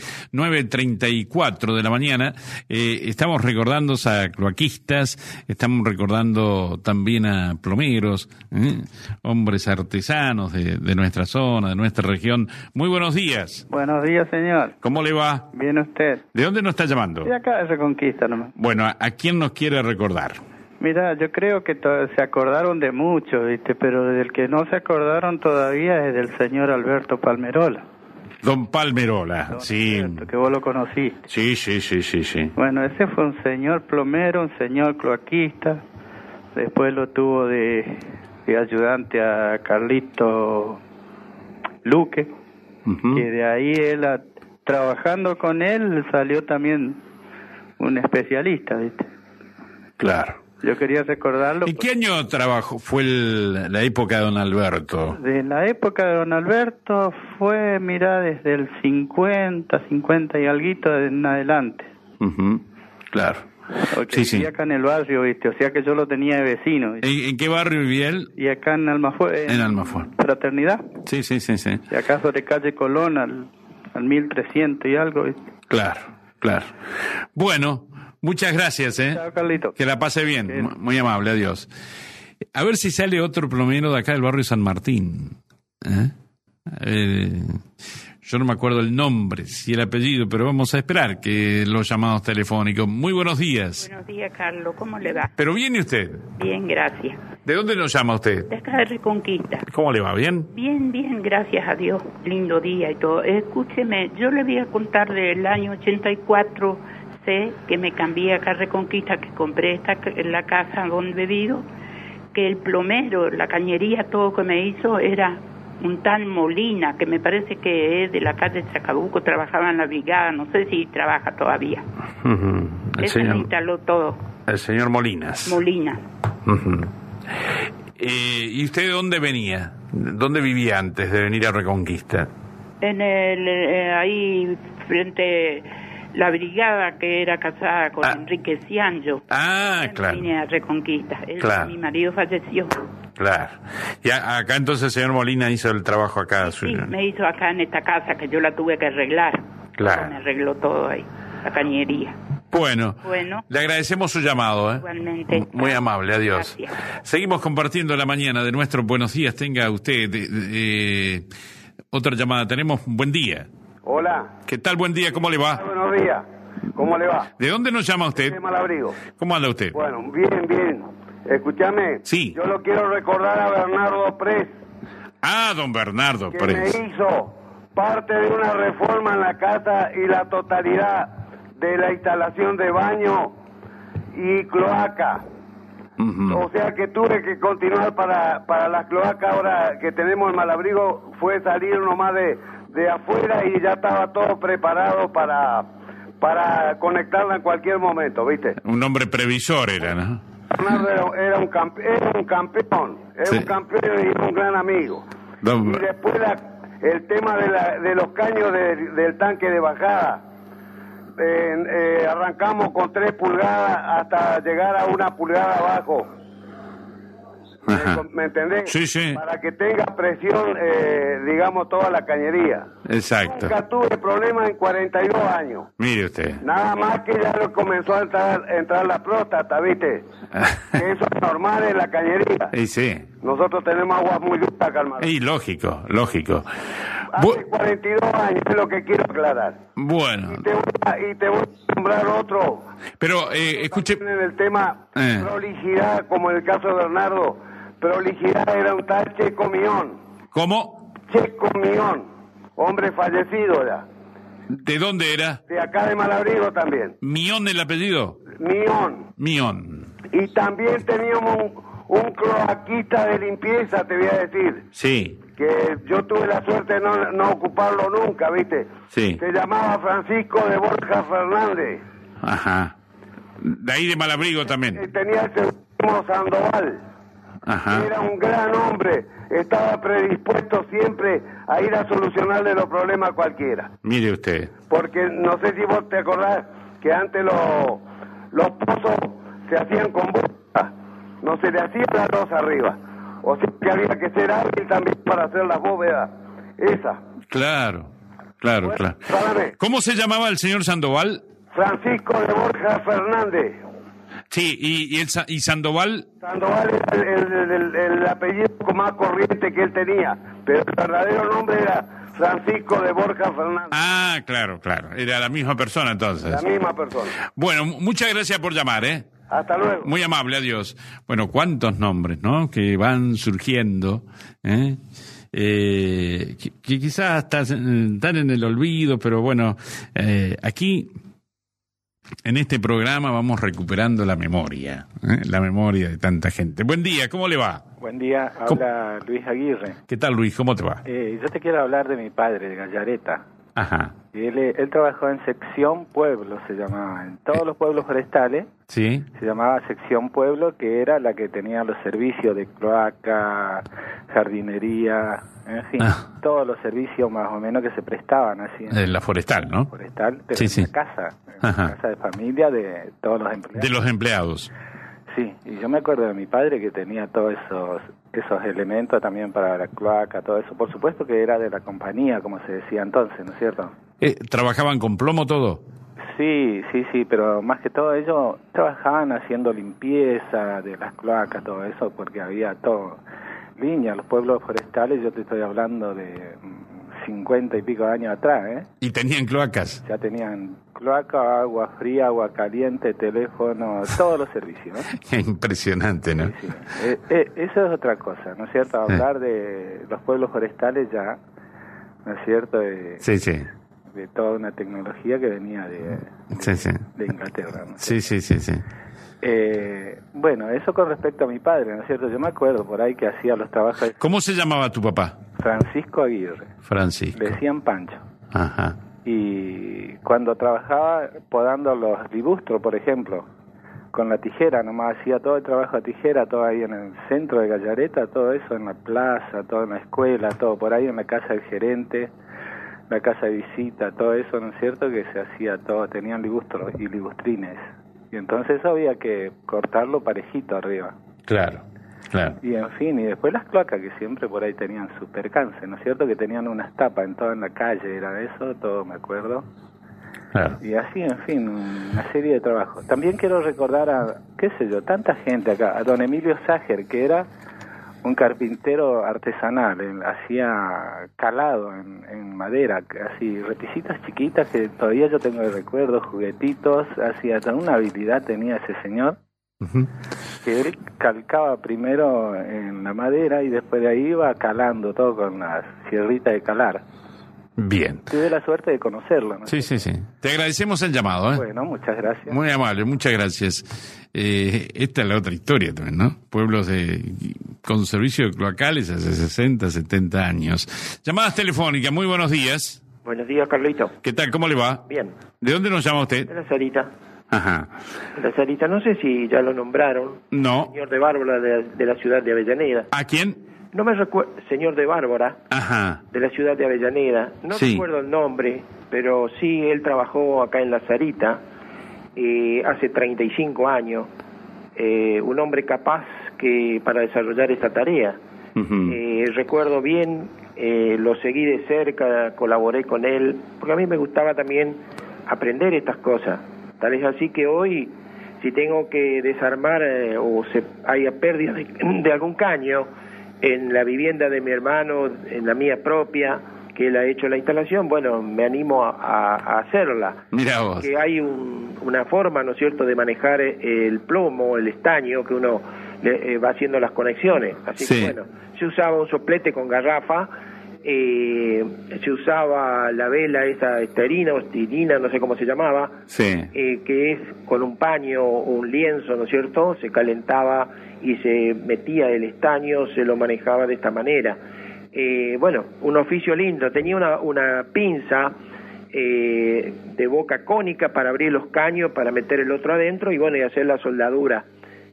[SPEAKER 1] 9.34 de la mañana. Eh, estamos recordando a cloaquistas, estamos recordando también a plomeros, ¿eh? hombres artesanos de, de nuestra zona, de nuestra región. Muy buenos días.
[SPEAKER 13] Buenos días, señor.
[SPEAKER 1] ¿Cómo le va?
[SPEAKER 13] Bien usted.
[SPEAKER 1] ¿De dónde nos está llamando?
[SPEAKER 13] Y acá de Reconquista nomás.
[SPEAKER 1] Bueno, ¿a, a quién nos quiere recordar?
[SPEAKER 13] Mira, yo creo que to- se acordaron de muchos, ¿viste? Pero del que no se acordaron todavía es del señor Alberto Palmerola,
[SPEAKER 1] Don Palmerola, sí.
[SPEAKER 13] que vos lo conociste.
[SPEAKER 1] Sí, sí, sí, sí, sí.
[SPEAKER 13] Bueno, ese fue un señor plomero, un señor cloaquista. Después lo tuvo de, de ayudante a Carlito Luque. Que de ahí él, a- trabajando con él, salió también un especialista, ¿viste?
[SPEAKER 1] Claro.
[SPEAKER 13] Yo quería recordarlo.
[SPEAKER 1] ¿En qué año trabajo fue el- la época de don Alberto?
[SPEAKER 13] De la época de don Alberto fue, mira, desde el 50, 50 y alguito en adelante.
[SPEAKER 1] Ujú, Claro.
[SPEAKER 13] Porque
[SPEAKER 1] Sí, sí.
[SPEAKER 13] vivía acá en el barrio, ¿viste? O sea que yo lo tenía de vecino. ¿viste?
[SPEAKER 1] ¿En, en qué barrio vivía él?
[SPEAKER 13] Y acá en Almafué, en
[SPEAKER 1] En Almafuerte.
[SPEAKER 13] Fraternidad,
[SPEAKER 1] Sí, sí, sí, sí.
[SPEAKER 13] y acá sobre calle Colón al, al 1300 y algo, ¿viste?
[SPEAKER 1] Claro, claro. Bueno, muchas gracias, ¿eh? Que la pase bien. Mu- Muy amable, adiós. A ver si sale otro plomero de acá del barrio San Martín. ¿eh? Eh, yo no me acuerdo el nombre, si el apellido, pero vamos a esperar que los llamados telefónicos. Muy buenos días.
[SPEAKER 14] Buenos días, Carlos. ¿Cómo le va?
[SPEAKER 1] Pero viene usted.
[SPEAKER 14] Bien, gracias.
[SPEAKER 1] ¿De dónde nos llama usted?
[SPEAKER 14] De acá de Reconquista.
[SPEAKER 1] ¿Cómo le va? ¿Bien?
[SPEAKER 14] Bien, bien, gracias a Dios. Lindo día y todo. Escúcheme, yo le voy a contar del año 84, sé que me cambié acá a Reconquista, que compré esta, la casa donde vivo, que el plomero, la cañería, todo que me hizo era un tal Molina, que me parece que es de la calle Chacabuco, trabajaba en la brigada, no sé si trabaja todavía.
[SPEAKER 1] Ujú, El
[SPEAKER 14] Ese me
[SPEAKER 1] señor,
[SPEAKER 14] instaló todo,
[SPEAKER 1] el señor Molinas.
[SPEAKER 14] Molina.
[SPEAKER 1] Ujú. Eh, ¿Y usted de dónde venía? ¿Dónde vivía antes de venir a Reconquista?
[SPEAKER 14] en el eh, ahí frente la brigada que era casada con Enrique Cianjo.
[SPEAKER 1] Ah, claro.
[SPEAKER 14] Vine a Reconquista. Él-
[SPEAKER 1] Claro.
[SPEAKER 14] Mi marido falleció.
[SPEAKER 1] Claro. Y a- acá entonces el señor Molina hizo el trabajo acá.
[SPEAKER 14] Sí,
[SPEAKER 1] suyo.
[SPEAKER 14] me hizo acá en esta casa que yo la tuve que arreglar. Me
[SPEAKER 1] Claro.
[SPEAKER 14] arregló todo ahí, la cañería.
[SPEAKER 1] Bueno,
[SPEAKER 14] Bueno,
[SPEAKER 1] le agradecemos su llamado. ¿eh?
[SPEAKER 14] igualmente.
[SPEAKER 1] Muy amable, adiós. Seguimos compartiendo la mañana de nuestro Buenos Días. Tenga usted eh, eh, otra llamada. Tenemos buen día.
[SPEAKER 9] Hola,
[SPEAKER 1] ¿Qué tal? Buen día, ¿cómo le va?
[SPEAKER 9] buenos días. ¿Cómo le va?
[SPEAKER 1] ¿De dónde nos llama usted?
[SPEAKER 9] De Malabrigo.
[SPEAKER 1] Eh, ¿Cómo anda usted?
[SPEAKER 9] Bueno, bien, bien. Escúchame.
[SPEAKER 1] Sí.
[SPEAKER 9] Yo lo quiero recordar a Bernardo Pres,
[SPEAKER 1] Ah, don Bernardo
[SPEAKER 9] que
[SPEAKER 1] Pérez.
[SPEAKER 9] me hizo parte de una reforma en la casa y la totalidad de la instalación de baño y cloaca. O sea que tuve que continuar para, para la cloaca ahora que tenemos el malabrigo, fue salir nomás de, de afuera y ya estaba todo preparado para, para conectarla en cualquier momento, ¿viste?
[SPEAKER 1] Un hombre previsor era, ¿no?
[SPEAKER 9] Bernardo era, era un, camp- era un campeón, era un campeón y un gran amigo.
[SPEAKER 1] Don-
[SPEAKER 9] Y después la- el tema de, la- de los caños de- del tanque de bajada. En- eh, arrancamos con tres pulgadas hasta llegar a una pulgada abajo.
[SPEAKER 1] Ajá.
[SPEAKER 9] ¿Me entendés?
[SPEAKER 1] Sí, sí,
[SPEAKER 9] Para que tenga presión, eh, digamos, toda la cañería.
[SPEAKER 1] exacto.
[SPEAKER 9] Nunca tuve problemas en 42 años.
[SPEAKER 1] Mire usted.
[SPEAKER 9] Nada más que ya le comenzó a entrar, a entrar la próstata, ¿viste? Que eso es normal en la cañería.
[SPEAKER 1] Y sí,
[SPEAKER 9] Nosotros tenemos aguas muy duras, calmado.
[SPEAKER 1] y lógico, lógico.
[SPEAKER 9] Hace 42 años es lo que quiero aclarar.
[SPEAKER 1] Bueno,
[SPEAKER 9] Te voy a- y te voy a nombrar otro.
[SPEAKER 1] Pero, escuche...
[SPEAKER 9] En el tema
[SPEAKER 1] Eh.
[SPEAKER 9] prolijidad, como en el caso de Bernardo, prolijidad era un tal Checo Mión.
[SPEAKER 1] ¿cómo?
[SPEAKER 9] Checo Mión, hombre fallecido ya.
[SPEAKER 1] ¿De dónde era?
[SPEAKER 9] De acá de Malabrigo también.
[SPEAKER 1] ¿Mión el apellido?
[SPEAKER 9] Mión.
[SPEAKER 1] Mión.
[SPEAKER 9] Y también teníamos un, un cloaquista de limpieza, te voy a decir.
[SPEAKER 1] Sí,
[SPEAKER 9] que yo tuve la suerte de no, no ocuparlo nunca, ¿viste?
[SPEAKER 1] sí.
[SPEAKER 9] Se llamaba Francisco de Borja Fernández.
[SPEAKER 1] Ajá. De ahí de Malabrigo también.
[SPEAKER 9] Eh, Tenía el seudónimo Sandoval.
[SPEAKER 1] Ajá.
[SPEAKER 9] Era un gran hombre. Estaba predispuesto siempre a ir a solucionarle los problemas a cualquiera.
[SPEAKER 1] Mire usted.
[SPEAKER 9] Porque no sé si vos te acordás que antes los los pozos se hacían con boca. No se le hacía la losa arriba. O sea que había que ser hábil también para hacer las bóvedas. Esa.
[SPEAKER 1] Claro, claro, claro. ¿Cómo se llamaba el señor Sandoval?
[SPEAKER 9] Francisco de Borja Fernández.
[SPEAKER 1] Sí, y, y el, Sa- y Sandoval.
[SPEAKER 9] Sandoval era el, el- el- el apellido más corriente que él tenía, pero el verdadero nombre era Francisco de Borja Fernández,
[SPEAKER 1] Ah, claro, claro. Era la misma persona entonces.
[SPEAKER 9] la misma persona.
[SPEAKER 1] Bueno, mu- muchas gracias por llamar, ¿eh?
[SPEAKER 9] Hasta luego.
[SPEAKER 1] Muy amable, adiós. Bueno, cuántos nombres, ¿no? Que van surgiendo, ¿eh? Eh, que, que quizás hasta se- están en el olvido, pero bueno, eh, aquí, en este programa, vamos recuperando la memoria, ¿eh? la memoria de tanta gente. Buen día, ¿cómo le va?
[SPEAKER 15] Buen día, habla Luis Aguirre.
[SPEAKER 1] ¿Qué tal, Luis? ¿Cómo te va?
[SPEAKER 15] Eh, yo te quiero hablar de mi padre, de Gallareta.
[SPEAKER 1] Ajá.
[SPEAKER 15] Y él, eh, él trabajó en sección pueblo, se llamaba, en todos los pueblos forestales.
[SPEAKER 1] Sí.
[SPEAKER 15] Se llamaba sección pueblo, que era la que tenía los servicios de cloaca, jardinería, en fin,
[SPEAKER 1] Ah.
[SPEAKER 15] todos los servicios más o menos que se prestaban así en
[SPEAKER 1] Eh, la forestal, ¿no?
[SPEAKER 15] forestal, pero
[SPEAKER 1] Sí,
[SPEAKER 15] en
[SPEAKER 1] sí.
[SPEAKER 15] la casa, en
[SPEAKER 1] Ajá.
[SPEAKER 15] la casa de familia de todos los empleados.
[SPEAKER 1] De los empleados.
[SPEAKER 15] Sí, y yo me acuerdo de mi padre que tenía todos esos esos elementos también para la cloaca, todo eso. Por supuesto que era de la compañía, como se decía entonces, ¿no es cierto?
[SPEAKER 1] Eh, ¿Trabajaban con plomo todo?
[SPEAKER 15] Sí, sí, sí, pero más que todo ellos trabajaban haciendo limpieza de las cloacas, todo eso, porque había todo. Línea, los pueblos forestales, yo te estoy hablando de mm, 50 y pico de años atrás, ¿eh?
[SPEAKER 1] ¿Y tenían cloacas?
[SPEAKER 15] Ya tenían cloaca, agua fría, agua caliente, teléfono, todos los servicios, ¿no?
[SPEAKER 1] Impresionante, ¿no?
[SPEAKER 15] Eh, eh, eso es otra cosa, ¿no es cierto? Hablar de los pueblos forestales ya, ¿no es cierto? De,
[SPEAKER 1] Sí, sí.
[SPEAKER 15] de toda una tecnología que venía de,
[SPEAKER 1] Sí, sí.
[SPEAKER 15] de Inglaterra. ¿no?
[SPEAKER 1] Sí, sí, sí, sí.
[SPEAKER 15] Eh, bueno, eso con respecto a mi padre, ¿no es cierto? Yo me acuerdo por ahí que hacía los trabajos de
[SPEAKER 1] ¿Cómo se llamaba tu papá?
[SPEAKER 15] Francisco Aguirre,
[SPEAKER 1] Francisco.
[SPEAKER 15] le decían Pancho.
[SPEAKER 1] Ajá.
[SPEAKER 15] Y cuando trabajaba podando los libustros, por ejemplo, con la tijera, nomás hacía todo el trabajo a tijera, todo ahí en el centro de Gallareta, todo eso en la plaza, todo en la escuela, todo por ahí en la casa del gerente, la casa de visita, todo eso, ¿no es cierto? Que se hacía todo, tenían libustros y libustrines. Y entonces había que cortarlo parejito arriba.
[SPEAKER 1] Claro, claro.
[SPEAKER 15] Y en fin, y después las cloacas que siempre por ahí tenían su percance, ¿no es cierto? Que tenían unas tapas en toda en la calle, era eso, todo me acuerdo.
[SPEAKER 1] Claro.
[SPEAKER 15] Y así, en fin, una serie de trabajos. También quiero recordar a, qué sé yo, tanta gente acá, a don Emilio Sager, que era un carpintero artesanal, él hacía calado en, en madera, así, repisitas chiquitas que todavía yo tengo de recuerdo, juguetitos, hacía, toda una habilidad tenía ese señor que él calcaba primero en la madera y después de ahí iba calando todo con la sierrita de calar.
[SPEAKER 1] Bien.
[SPEAKER 15] Tuve la suerte de conocerlo. ¿no?
[SPEAKER 1] Sí, sí, sí. Te agradecemos el llamado, ¿eh?
[SPEAKER 15] Bueno, muchas gracias.
[SPEAKER 1] Muy amable, muchas gracias. Eh, esta es la otra historia también, ¿no? Pueblos de, con servicio de cloacales hace 60, 70 años. Llamadas telefónicas, muy buenos días.
[SPEAKER 16] Buenos días, Carlito.
[SPEAKER 1] ¿Qué tal? ¿Cómo le va?
[SPEAKER 16] Bien.
[SPEAKER 1] ¿De dónde nos llama usted?
[SPEAKER 16] La Sarita.
[SPEAKER 1] Ajá.
[SPEAKER 16] La Sarita, no sé si ya lo nombraron.
[SPEAKER 1] No.
[SPEAKER 16] Señor de Bárbara de, de la ciudad de Avellaneda.
[SPEAKER 1] ¿A quién?
[SPEAKER 16] No me recuerdo. Señor de Bárbara
[SPEAKER 1] Ajá.
[SPEAKER 16] de la ciudad de Avellaneda. No
[SPEAKER 1] Sí.
[SPEAKER 16] recuerdo el nombre, pero sí, él trabajó acá en La Sarita eh, hace 35 años. Eh, un hombre capaz que para desarrollar esta tarea. Eh, recuerdo bien, eh, lo seguí de cerca, colaboré con él, porque a mí me gustaba también aprender estas cosas. Tal es así que hoy, si tengo que desarmar eh, o se haya pérdida de, de algún caño en la vivienda de mi hermano, en la mía propia, que él ha hecho la instalación, bueno, me animo a, a- a hacerla.
[SPEAKER 1] Mira vos.
[SPEAKER 16] Que hay un- una forma, ¿no es cierto?, de manejar eh, el plomo, el estaño, que uno le- eh, va haciendo las conexiones. Así
[SPEAKER 1] Sí.
[SPEAKER 16] que bueno, se usaba un soplete con garrafa, eh, se usaba la vela esa esterina o estirina, no sé cómo se llamaba,
[SPEAKER 1] Sí.
[SPEAKER 16] eh, que es con un paño o un lienzo, ¿no es cierto? Se calentaba y se metía el estaño, se lo manejaba de esta manera. Eh, bueno, un oficio lindo. Tenía una, una pinza eh, de boca cónica para abrir los caños, para meter el otro adentro y bueno, y hacer la soldadura.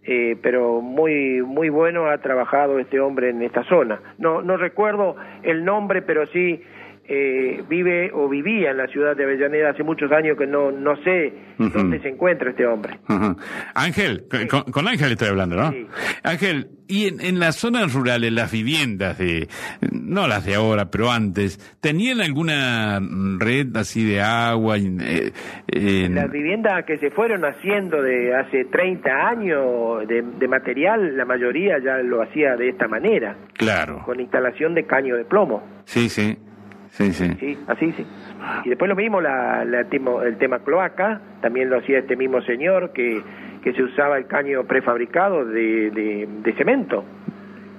[SPEAKER 16] Eh, pero muy muy bueno ha trabajado este hombre en esta zona. No, no recuerdo el nombre, pero sí eh, vive o vivía en la ciudad de Avellaneda hace muchos años que no, no sé
[SPEAKER 1] Ujú.
[SPEAKER 16] dónde se encuentra este hombre.
[SPEAKER 1] Ajá. Ángel, con, con Ángel estoy hablando, ¿no? Ángel, y en, en las zonas rurales, las viviendas de, no las de ahora, pero antes, ¿tenían alguna red así de agua? en- eh, en-
[SPEAKER 16] Las viviendas que se fueron haciendo de hace 30 años de, de material, la mayoría ya lo hacía de esta manera,
[SPEAKER 1] Claro,
[SPEAKER 16] con instalación de caño de plomo.
[SPEAKER 1] sí, sí, sí, sí.
[SPEAKER 16] Sí, así sí. Y después lo mismo la, la temo- el tema cloaca, también lo hacía este mismo señor que, que se usaba el caño prefabricado de, de- de cemento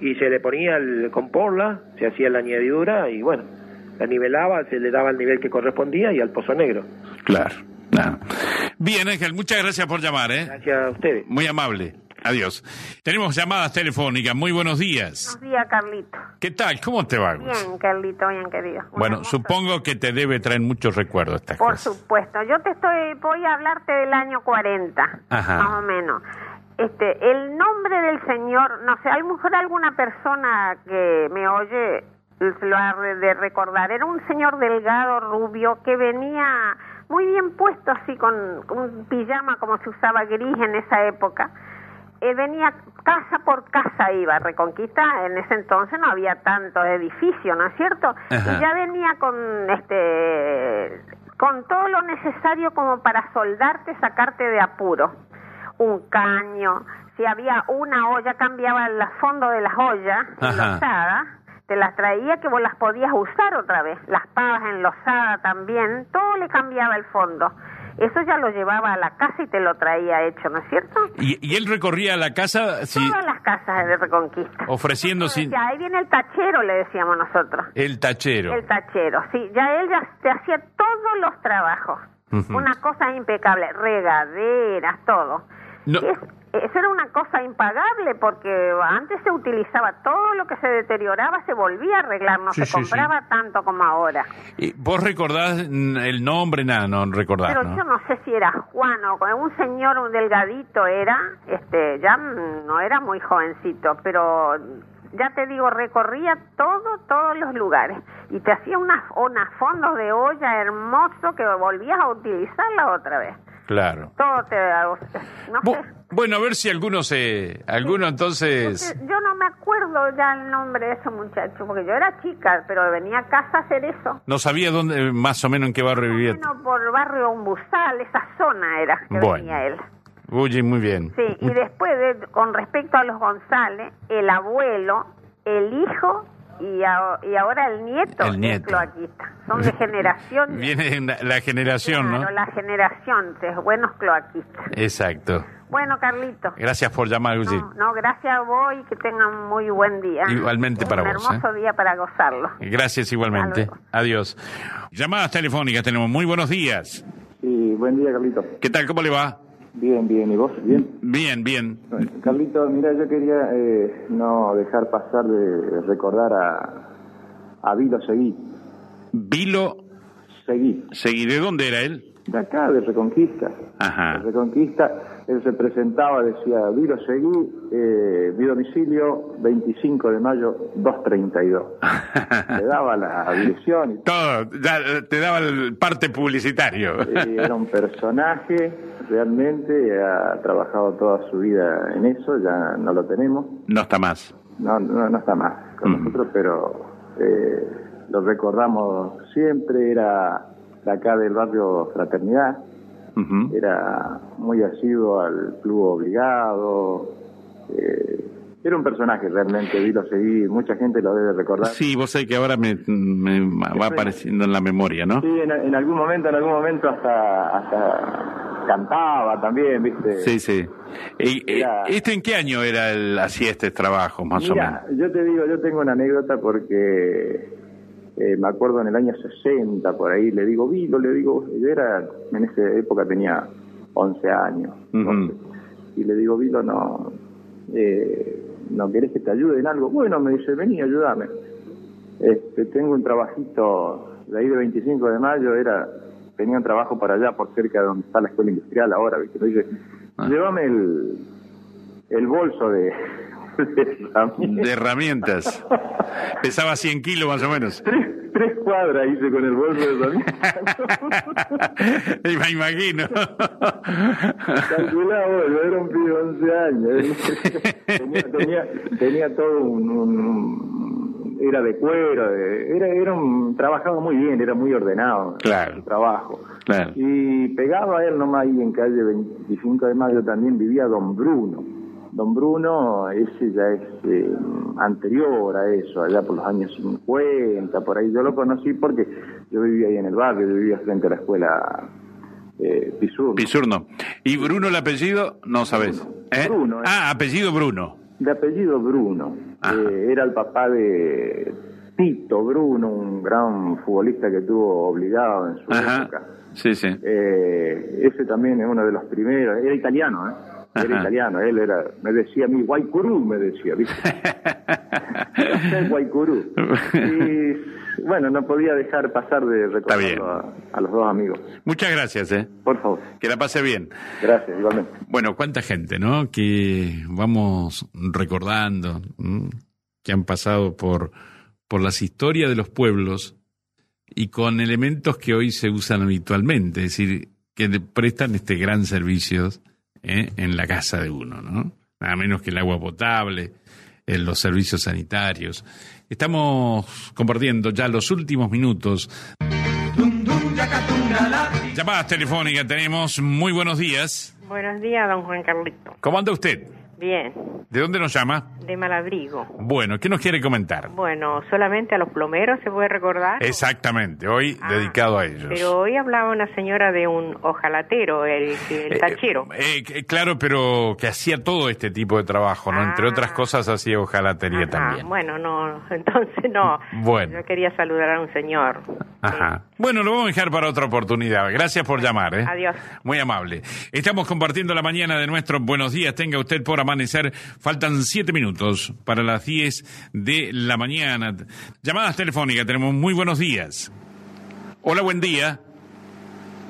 [SPEAKER 16] y se le ponía el, con porla, se hacía la añadidura y bueno, la nivelaba, se le daba el nivel que correspondía y al pozo negro.
[SPEAKER 1] Claro. Bien, Ángel, muchas gracias por llamar, ¿eh?
[SPEAKER 16] Gracias a ustedes.
[SPEAKER 1] Muy amable. Adiós. Tenemos llamadas telefónicas. Muy buenos días.
[SPEAKER 17] Buenos días, Carlito.
[SPEAKER 1] ¿Qué tal? ¿Cómo te va? Gus?
[SPEAKER 17] Bien, Carlito, bien, querido.
[SPEAKER 1] Bueno, supongo que te debe traer muchos recuerdos estas
[SPEAKER 17] Por
[SPEAKER 1] cosas.
[SPEAKER 17] supuesto, yo te estoy, voy a hablarte del año 40,
[SPEAKER 1] Ajá.
[SPEAKER 17] más o menos. Este, el nombre del señor, no sé, hay mujer alguna persona que me oye lo ha re- de recordar. Era un señor delgado, rubio, que venía muy bien puesto así con, con un pijama como se usaba gris en esa época. Él venía casa por casa iba a Reconquista, en ese entonces no había tantos edificios, ¿no es cierto?
[SPEAKER 18] Ajá.
[SPEAKER 17] Y ya venía con este con todo lo necesario como para soldarte, sacarte de apuro. Un caño, si había una olla cambiaba el fondo de las ollas
[SPEAKER 18] Ajá.
[SPEAKER 17] enlosadas, te las traía que vos las podías usar otra vez, las pavas enlosadas también, todo le cambiaba el fondo. Eso ya lo llevaba a la casa y te lo traía hecho, ¿no es cierto?
[SPEAKER 1] Y, y él recorría la casa sí,
[SPEAKER 17] Todas las casas de Reconquista.
[SPEAKER 1] ofreciendo sin
[SPEAKER 17] Ya, ahí viene el tachero, le decíamos nosotros.
[SPEAKER 1] el tachero.
[SPEAKER 17] El tachero, sí. Ya él ya te hacía todos los trabajos.
[SPEAKER 1] Ujú.
[SPEAKER 17] Una cosa impecable, regaderas, todo.
[SPEAKER 1] No.
[SPEAKER 17] Y es- eso era una cosa impagable porque antes se utilizaba todo lo que se deterioraba, se volvía a arreglar, no
[SPEAKER 1] Sí,
[SPEAKER 17] se
[SPEAKER 1] sí, sí.
[SPEAKER 17] compraba tanto como ahora.
[SPEAKER 1] Y ¿Vos recordás mm, el nombre? Nada, no recordás,
[SPEAKER 17] Pero
[SPEAKER 1] ¿no?
[SPEAKER 17] yo no sé si era Juan o un señor un delgadito era, este, ya mm, no era muy jovencito, pero ya te digo, recorría todo, todos los lugares y te hacía unas, unas fondos de olla hermoso que volvías a utilizarla otra vez.
[SPEAKER 1] Claro.
[SPEAKER 17] Todo te, no
[SPEAKER 1] Bu- bueno, a ver si alguno se... Alguno entonces...
[SPEAKER 17] sé, yo no me acuerdo ya el nombre de ese muchacho, porque yo era chica, pero venía a casa a hacer eso.
[SPEAKER 1] No sabía dónde, más o menos en qué barrio vivía.
[SPEAKER 17] Bueno, por barrio Umbuzal, esa zona era que
[SPEAKER 1] Bueno.
[SPEAKER 17] venía él.
[SPEAKER 1] Uy, muy bien.
[SPEAKER 17] Sí, y después, de- con respecto a los González, el abuelo, el hijo y, a- y ahora el nieto,
[SPEAKER 1] El
[SPEAKER 17] es
[SPEAKER 1] nieto.
[SPEAKER 17] cloaquista. Son de generación,
[SPEAKER 1] Viene la, la generación,
[SPEAKER 17] claro,
[SPEAKER 1] ¿no?
[SPEAKER 17] la generación de buenos cloaquistas.
[SPEAKER 1] Exacto.
[SPEAKER 17] Bueno, Carlito,
[SPEAKER 1] Gracias por llamar, Gucci.
[SPEAKER 17] no, gracias a vos y que tengan muy buen día.
[SPEAKER 1] Igualmente para
[SPEAKER 17] Un
[SPEAKER 1] vos, ¿eh?
[SPEAKER 17] hermoso día para gozarlo.
[SPEAKER 1] Gracias igualmente. Adiós. Llamadas telefónicas tenemos. Muy buenos días.
[SPEAKER 19] Sí, buen día, Carlito.
[SPEAKER 1] ¿Qué tal? ¿Cómo le va?
[SPEAKER 19] Bien, bien. ¿Y vos? Bien.
[SPEAKER 1] Bien, bien.
[SPEAKER 19] Carlito, mira, yo quería eh, no dejar pasar de recordar a, a Vilo Seguí.
[SPEAKER 1] Vilo
[SPEAKER 19] Seguí.
[SPEAKER 1] Seguí. ¿De dónde era él? Ah.
[SPEAKER 19] De acá, de Reconquista.
[SPEAKER 1] Ajá.
[SPEAKER 19] De Reconquista, él se presentaba, decía, Vilo Seguí, eh, mi domicilio, 25 de mayo, 232. Le daba la dirección y
[SPEAKER 1] Todo. ya, eh, te daba el parte publicitario.
[SPEAKER 19] Eh, era un personaje, realmente ha trabajado toda su vida en eso, ya no lo tenemos,
[SPEAKER 1] No está más.
[SPEAKER 19] no, no, no está más con nosotros, pero eh, lo recordamos siempre, era de acá del barrio Fraternidad, era muy asiduo al club obligado, eh, era un personaje realmente, vi, lo seguí, mucha gente lo debe recordar.
[SPEAKER 11] Sí, vos sabés que ahora me, me va apareciendo en la memoria, ¿no?
[SPEAKER 19] Sí, en, en algún momento, en algún momento hasta, hasta cantaba también, ¿viste?
[SPEAKER 11] Sí, sí. Eh, eh,
[SPEAKER 19] Era-
[SPEAKER 11] ¿Este en qué año era el, hacía este trabajo, más o menos?
[SPEAKER 19] Mira, yo te digo, yo tengo una anécdota porque eh, me acuerdo en el año 60, por ahí, le digo, Vilo, le digo, yo era, en esa época tenía 11 años,
[SPEAKER 11] Ujú.
[SPEAKER 19] y le digo, Vilo, no, eh, ¿no querés que te ayude en algo? Bueno, me dice, vení, ayúdame. Este, tengo un trabajito de ahí de 25 de mayo, era tenía un trabajo para allá, por cerca de donde está la escuela industrial ahora, ¿viste? Me dice, llévame el, el bolso de... de herramientas".
[SPEAKER 11] De
[SPEAKER 1] herramientas. Pesaba 100 kilos más o menos.
[SPEAKER 19] Tres cuadras hice con el bolso de herramientas.
[SPEAKER 1] Me imagino.
[SPEAKER 19] Calculá vos, yo era un pibe de 11 años. tenía, tenía, tenía todo un, un- un- Era de cuero, de- era, era un... Trabajaba muy bien, era muy ordenado su trabajo.
[SPEAKER 11] Claro.
[SPEAKER 19] Y pegaba a él nomás ahí en calle 25 de mayo también vivía Don Bruno. Don Bruno, ese ya es eh, anterior a eso, allá por los años 50, por ahí. Yo lo conocí porque yo vivía ahí en el barrio, yo vivía frente a la escuela eh, Pisurno.
[SPEAKER 11] Pisurno. ¿Y Bruno el apellido? No sabés. ¿Eh? Ah, apellido Bruno.
[SPEAKER 19] De apellido Bruno. Eh, era el papá de Tito Bruno, un gran futbolista que tuvo obligado en su
[SPEAKER 11] Ajá.
[SPEAKER 19] época.
[SPEAKER 11] Sí, sí.
[SPEAKER 19] Eh, ese también es uno de los primeros. Era italiano, ¿eh? Era italiano, él era, me decía mi guaycurú, me decía, ¿viste? El guaycurú. Y bueno, no podía dejar pasar de recordarlo a, a los dos amigos.
[SPEAKER 1] Muchas gracias, ¿eh?
[SPEAKER 19] Por favor.
[SPEAKER 1] Que la pase bien.
[SPEAKER 19] Gracias, igualmente.
[SPEAKER 1] Bueno, cuánta gente, ¿no? Que vamos recordando, ¿m? que han pasado por, por las historias de los pueblos y con elementos que hoy se usan habitualmente, es decir, que le prestan este gran servicio ¿eh? en la casa de uno, ¿no? Nada menos que el agua potable, en los servicios sanitarios. Estamos compartiendo ya los últimos minutos. Llamadas telefónicas tenemos. Muy buenos días.
[SPEAKER 18] Buenos días, don Juan Carlito.
[SPEAKER 1] ¿Cómo anda usted?
[SPEAKER 18] Bien,
[SPEAKER 1] ¿De dónde nos llama?
[SPEAKER 18] de Malabrigo.
[SPEAKER 1] Bueno, ¿qué nos quiere
[SPEAKER 18] Ah,
[SPEAKER 1] comentar?
[SPEAKER 18] Bueno, solamente a los plomeros se puede recordar.
[SPEAKER 1] Exactamente, hoy
[SPEAKER 18] Ah,
[SPEAKER 1] dedicado a ellos.
[SPEAKER 18] Pero hoy hablaba una señora de un ojalatero, el, el
[SPEAKER 1] Eh,
[SPEAKER 18] tachero.
[SPEAKER 1] eh, que- claro, pero que hacía todo este tipo de trabajo, ¿no? Entre otras cosas hacía ojalatería
[SPEAKER 18] Ah,
[SPEAKER 1] también.
[SPEAKER 18] bueno, no, entonces no.
[SPEAKER 1] Bueno.
[SPEAKER 18] Yo quería saludar a un señor.
[SPEAKER 1] Ajá. Bueno, lo vamos a dejar para otra oportunidad. Gracias por llamar, ¿eh?
[SPEAKER 18] Adiós.
[SPEAKER 1] Muy amable. Estamos compartiendo la mañana de nuestro Buenos Días. Tenga usted por amanecer. Faltan siete minutos para las diez de la mañana. Llamadas telefónicas. Tenemos muy buenos días. Hola, buen día.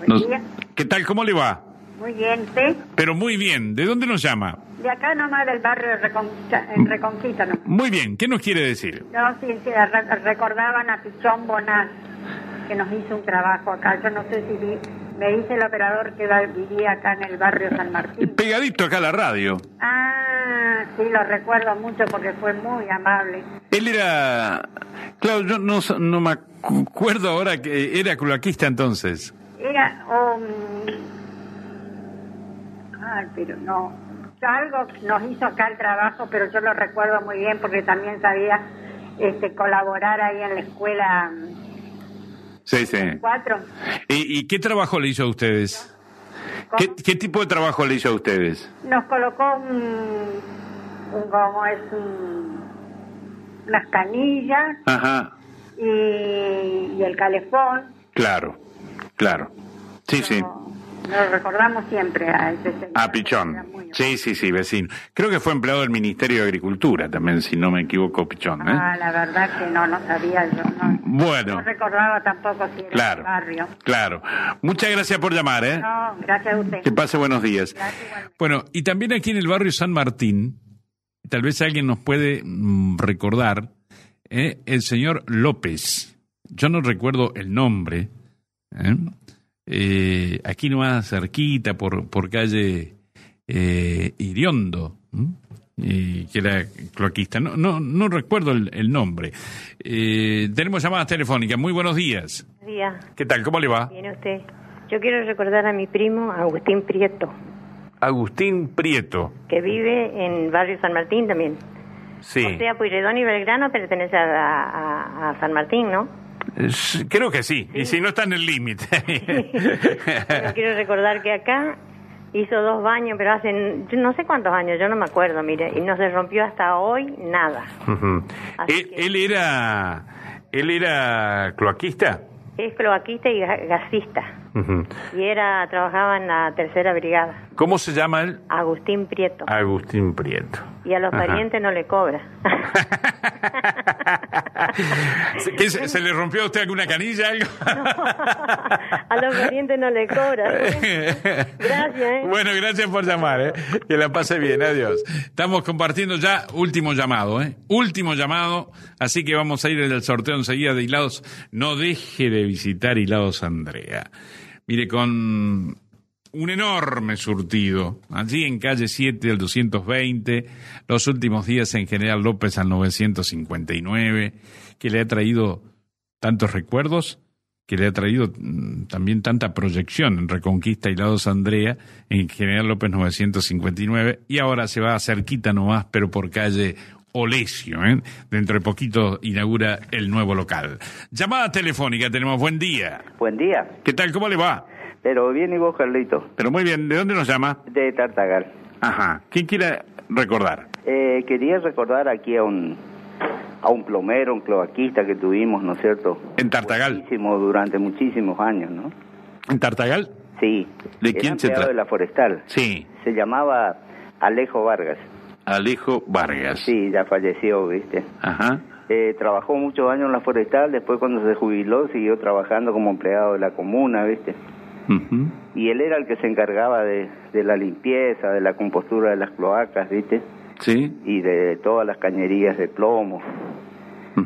[SPEAKER 1] Nos- ¿Qué tal? ¿Cómo le va?
[SPEAKER 20] Muy bien, ¿sí?
[SPEAKER 1] Pero muy bien. ¿De dónde nos llama?
[SPEAKER 20] De acá nomás del barrio de Reconquista,
[SPEAKER 1] Mm.
[SPEAKER 20] en Reconquista, ¿no?
[SPEAKER 1] Muy bien. ¿Qué nos quiere decir?
[SPEAKER 20] No, sí, sí, re- recordaban a Pichón Bonás, que nos hizo un trabajo acá. Yo no sé si vi- me dice el operador que va- vivía acá en el barrio San Martín.
[SPEAKER 1] Pegadito acá a la radio.
[SPEAKER 20] Ah, sí, lo recuerdo mucho porque fue muy amable.
[SPEAKER 1] Él era. Claro, yo no, so- no me acu- acuerdo ahora que era cloaquista entonces.
[SPEAKER 20] Era um, ay, pero no. Algo nos hizo acá el trabajo, pero yo lo recuerdo muy bien porque también sabía este, colaborar ahí en la escuela
[SPEAKER 1] Sí, sí.
[SPEAKER 20] 4.
[SPEAKER 1] ¿Y, y qué trabajo le hizo a ustedes? ¿Qué, qué tipo de trabajo le hizo a ustedes?
[SPEAKER 20] Nos colocó un, un- como es un- unas canillas
[SPEAKER 1] Ajá,
[SPEAKER 20] y, y el calefón.
[SPEAKER 1] claro, claro. Sí, sí.
[SPEAKER 20] Nos recordamos siempre a ese señor.
[SPEAKER 1] A Pichón. Sí, sí, sí, vecino. Creo que fue empleado del Ministerio de Agricultura también, si no me equivoco, Pichón. ¿eh?
[SPEAKER 20] Ah, la verdad que no, no sabía yo. No, no
[SPEAKER 1] Bueno,
[SPEAKER 20] recordaba tampoco si era
[SPEAKER 1] Claro.
[SPEAKER 20] el barrio.
[SPEAKER 1] claro. Muchas gracias por llamar, ¿eh?
[SPEAKER 20] No, gracias a usted.
[SPEAKER 1] Que pase buenos días. Bueno, y también aquí en el barrio San Martín, tal vez alguien nos puede mm, recordar, eh, el señor López. Yo no recuerdo el nombre. ¿eh? Eh, aquí nomás cerquita, por, por calle eh, Iriondo, ¿m? y que era cloaquista. No, no, no recuerdo el, el nombre. Eh, tenemos llamadas telefónicas. Muy buenos días.
[SPEAKER 21] Buenos días.
[SPEAKER 1] ¿Qué tal? ¿Cómo le va?
[SPEAKER 21] Viene usted. Yo quiero recordar a mi primo Agustín Prieto,
[SPEAKER 1] Agustín Prieto.
[SPEAKER 21] que vive en barrio San Martín también.
[SPEAKER 1] Sí.
[SPEAKER 21] O sea, Pueyrredón y Belgrano pertenece a, a- a San Martín, ¿no?
[SPEAKER 1] Es- Eh, Creo que sí, y si no está en el límite.
[SPEAKER 21] Pero quiero recordar que acá hizo dos baños, pero hace yo no sé cuántos años, yo no me acuerdo, mire, y no se rompió hasta hoy nada.
[SPEAKER 1] Ujú. él, Eh, él era él era cloaquista.
[SPEAKER 21] Es cloaquista y ga- gasista.
[SPEAKER 1] Ujú.
[SPEAKER 21] Y era trabajaba en la tercera brigada,
[SPEAKER 1] ¿Cómo se llama él?
[SPEAKER 21] Agustín Prieto.
[SPEAKER 1] Agustín Prieto.
[SPEAKER 21] Y a los
[SPEAKER 1] Ah, Ajá.
[SPEAKER 21] parientes no le cobra.
[SPEAKER 1] ¿Se, qué se- se le rompió a usted alguna canilla? Algo?
[SPEAKER 21] A los parientes no le cobra. Gracias, ¿eh?
[SPEAKER 1] Bueno, gracias por llamar, ¿eh? que la pase bien, adiós. Estamos compartiendo ya último llamado, ¿eh? último llamado, así que vamos a ir al sorteo enseguida de Hilados. No deje de visitar Hilados Andrea. Mire, con un enorme surtido, allí en calle 7 del 220, los últimos días en General López al 959, que le ha traído tantos recuerdos que le ha traído mm, también tanta proyección en Reconquista Hilados Andrea, en General López 959, y ahora se va cerquita nomás, pero por calle Olesio. ¿eh? Dentro de poquito inaugura el nuevo local. Llamada telefónica, tenemos buen día.
[SPEAKER 22] Buen día.
[SPEAKER 1] ¿Qué tal? ¿Cómo le va?
[SPEAKER 22] Pero bien, ¿y vos, Carlito?
[SPEAKER 1] Pero muy bien, ¿de dónde nos llama?
[SPEAKER 22] De Tartagal.
[SPEAKER 1] Ajá. ¿Quién quiere recordar?
[SPEAKER 22] Eh, quería recordar aquí a un a un plomero, un cloaquista que tuvimos, ¿no es cierto?
[SPEAKER 1] En Tartagal.
[SPEAKER 22] Muchísimo, durante muchísimos años, ¿no?
[SPEAKER 1] ¿En Tartagal?
[SPEAKER 22] Sí.
[SPEAKER 1] ¿De
[SPEAKER 22] Era
[SPEAKER 1] quién se
[SPEAKER 22] empleado
[SPEAKER 1] trata?
[SPEAKER 22] de la forestal.
[SPEAKER 1] Sí.
[SPEAKER 22] Se llamaba Alejo Vargas.
[SPEAKER 23] Alejo Vargas.
[SPEAKER 22] Sí, ya falleció, viste.
[SPEAKER 23] Ajá.
[SPEAKER 22] Eh, trabajó muchos años en la forestal, después cuando se jubiló siguió trabajando como empleado de la comuna, viste.
[SPEAKER 23] Ujú.
[SPEAKER 22] Y él era el que se encargaba de, de la limpieza, de la compostura de las cloacas, viste.
[SPEAKER 23] Sí.
[SPEAKER 22] Y de todas las cañerías de plomo.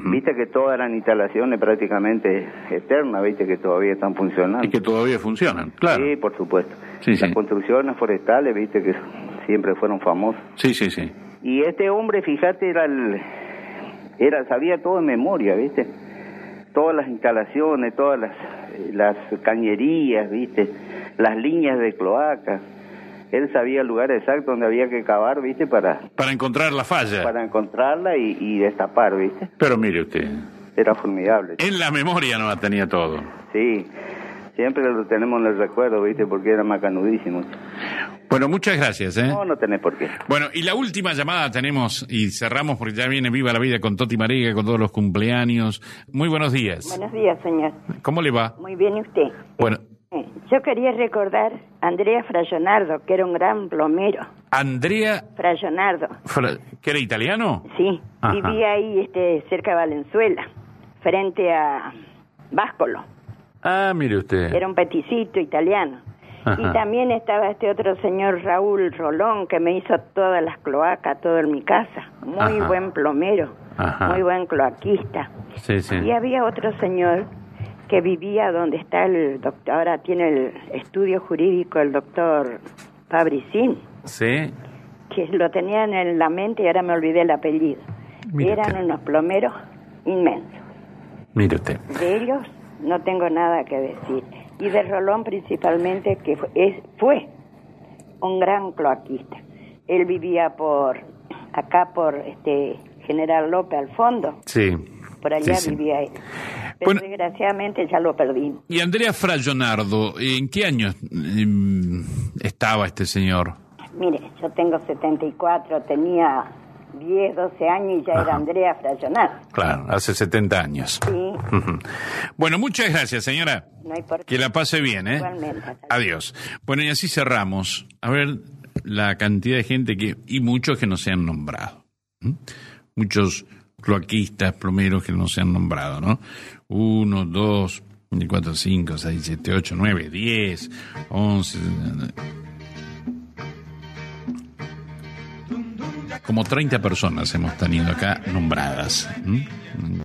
[SPEAKER 22] Viste que todas eran instalaciones prácticamente eternas, viste que todavía están funcionando.
[SPEAKER 23] Y que todavía funcionan, claro.
[SPEAKER 22] Sí, por supuesto.
[SPEAKER 23] Sí, sí.
[SPEAKER 22] Las construcciones forestales, viste que siempre fueron famosas.
[SPEAKER 23] Sí, sí, sí.
[SPEAKER 22] Y este hombre, fíjate, era el, era sabía todo de memoria, ¿viste? Todas las instalaciones, todas las, las cañerías, ¿viste? Las líneas de cloacas. Él sabía el lugar exacto donde había que cavar, ¿viste? Para,
[SPEAKER 23] Para encontrar la falla.
[SPEAKER 22] para encontrarla y, y destapar, ¿viste?
[SPEAKER 23] Pero mire usted,
[SPEAKER 22] Era formidable.
[SPEAKER 23] en la memoria no la tenía todo.
[SPEAKER 22] Sí, siempre lo tenemos en el recuerdo, ¿viste? Porque era macanudísimo.
[SPEAKER 23] ¿Eh? Bueno, muchas gracias, ¿eh?
[SPEAKER 22] No, no tenés por qué.
[SPEAKER 23] Bueno, y la última llamada tenemos y cerramos porque ya viene Viva la Vida con Toti Marega, con todos los cumpleaños. Muy buenos días.
[SPEAKER 11] Buenos días, señor.
[SPEAKER 23] ¿Cómo le va?
[SPEAKER 11] Muy bien, ¿y usted?
[SPEAKER 23] Bueno,
[SPEAKER 11] Eh, Yo quería recordar a Andrea Frayonardo, que era un gran plomero.
[SPEAKER 23] Andrea,
[SPEAKER 11] Frayonardo,
[SPEAKER 23] Fra- ¿que era italiano?
[SPEAKER 11] sí.
[SPEAKER 23] Ajá.
[SPEAKER 11] Vivía ahí este, cerca de Valenzuela, frente a Báscolo.
[SPEAKER 23] Ah, mire usted.
[SPEAKER 11] Era un peticito italiano. Y
[SPEAKER 23] Ajá.
[SPEAKER 11] también estaba este otro señor Raúl Rolón, que me hizo todas las cloacas, todo en mi casa. Muy
[SPEAKER 23] Ajá.
[SPEAKER 11] buen plomero,
[SPEAKER 23] Ajá.
[SPEAKER 11] muy buen cloaquista.
[SPEAKER 23] Sí, sí.
[SPEAKER 11] Y había otro señor que vivía donde está el doctor, ahora tiene el estudio jurídico el doctor Fabricín,
[SPEAKER 1] Sí.
[SPEAKER 11] que lo tenían en la mente y ahora me olvidé el apellido.
[SPEAKER 1] Mire
[SPEAKER 11] Eran unos plomeros inmensos.
[SPEAKER 23] Mire usted.
[SPEAKER 11] De ellos no tengo nada que decir. Y de Rolón principalmente, que fue, es- fue un gran cloaquista. Él vivía por acá, por este General López al fondo,
[SPEAKER 1] Sí.
[SPEAKER 11] por allá
[SPEAKER 1] Sí, sí.
[SPEAKER 11] vivía él. Pero
[SPEAKER 1] Bueno.
[SPEAKER 11] desgraciadamente ya lo perdimos.
[SPEAKER 1] Y Andrea Frayonardo, ¿en qué año em, estaba este señor?
[SPEAKER 11] Mire, yo tengo 74, tenía 10, 12 años y ya era Andrea Frayonat.
[SPEAKER 1] Claro, hace 70 años.
[SPEAKER 11] Sí,
[SPEAKER 1] Ujú. Bueno, muchas gracias, señora.
[SPEAKER 11] no hay por
[SPEAKER 1] Que la pase bien, ¿eh?
[SPEAKER 11] Igualmente.
[SPEAKER 1] Adiós. Bueno, y así cerramos. A ver la cantidad de gente que. y muchos que no se han nombrado. ¿m? Muchos cloaquistas, plomeros que no se han nombrado, ¿no? Uno, dos, cuatro, cinco, seis, siete, ocho, nueve, diez, once. Como 30 personas hemos tenido acá nombradas. ¿m?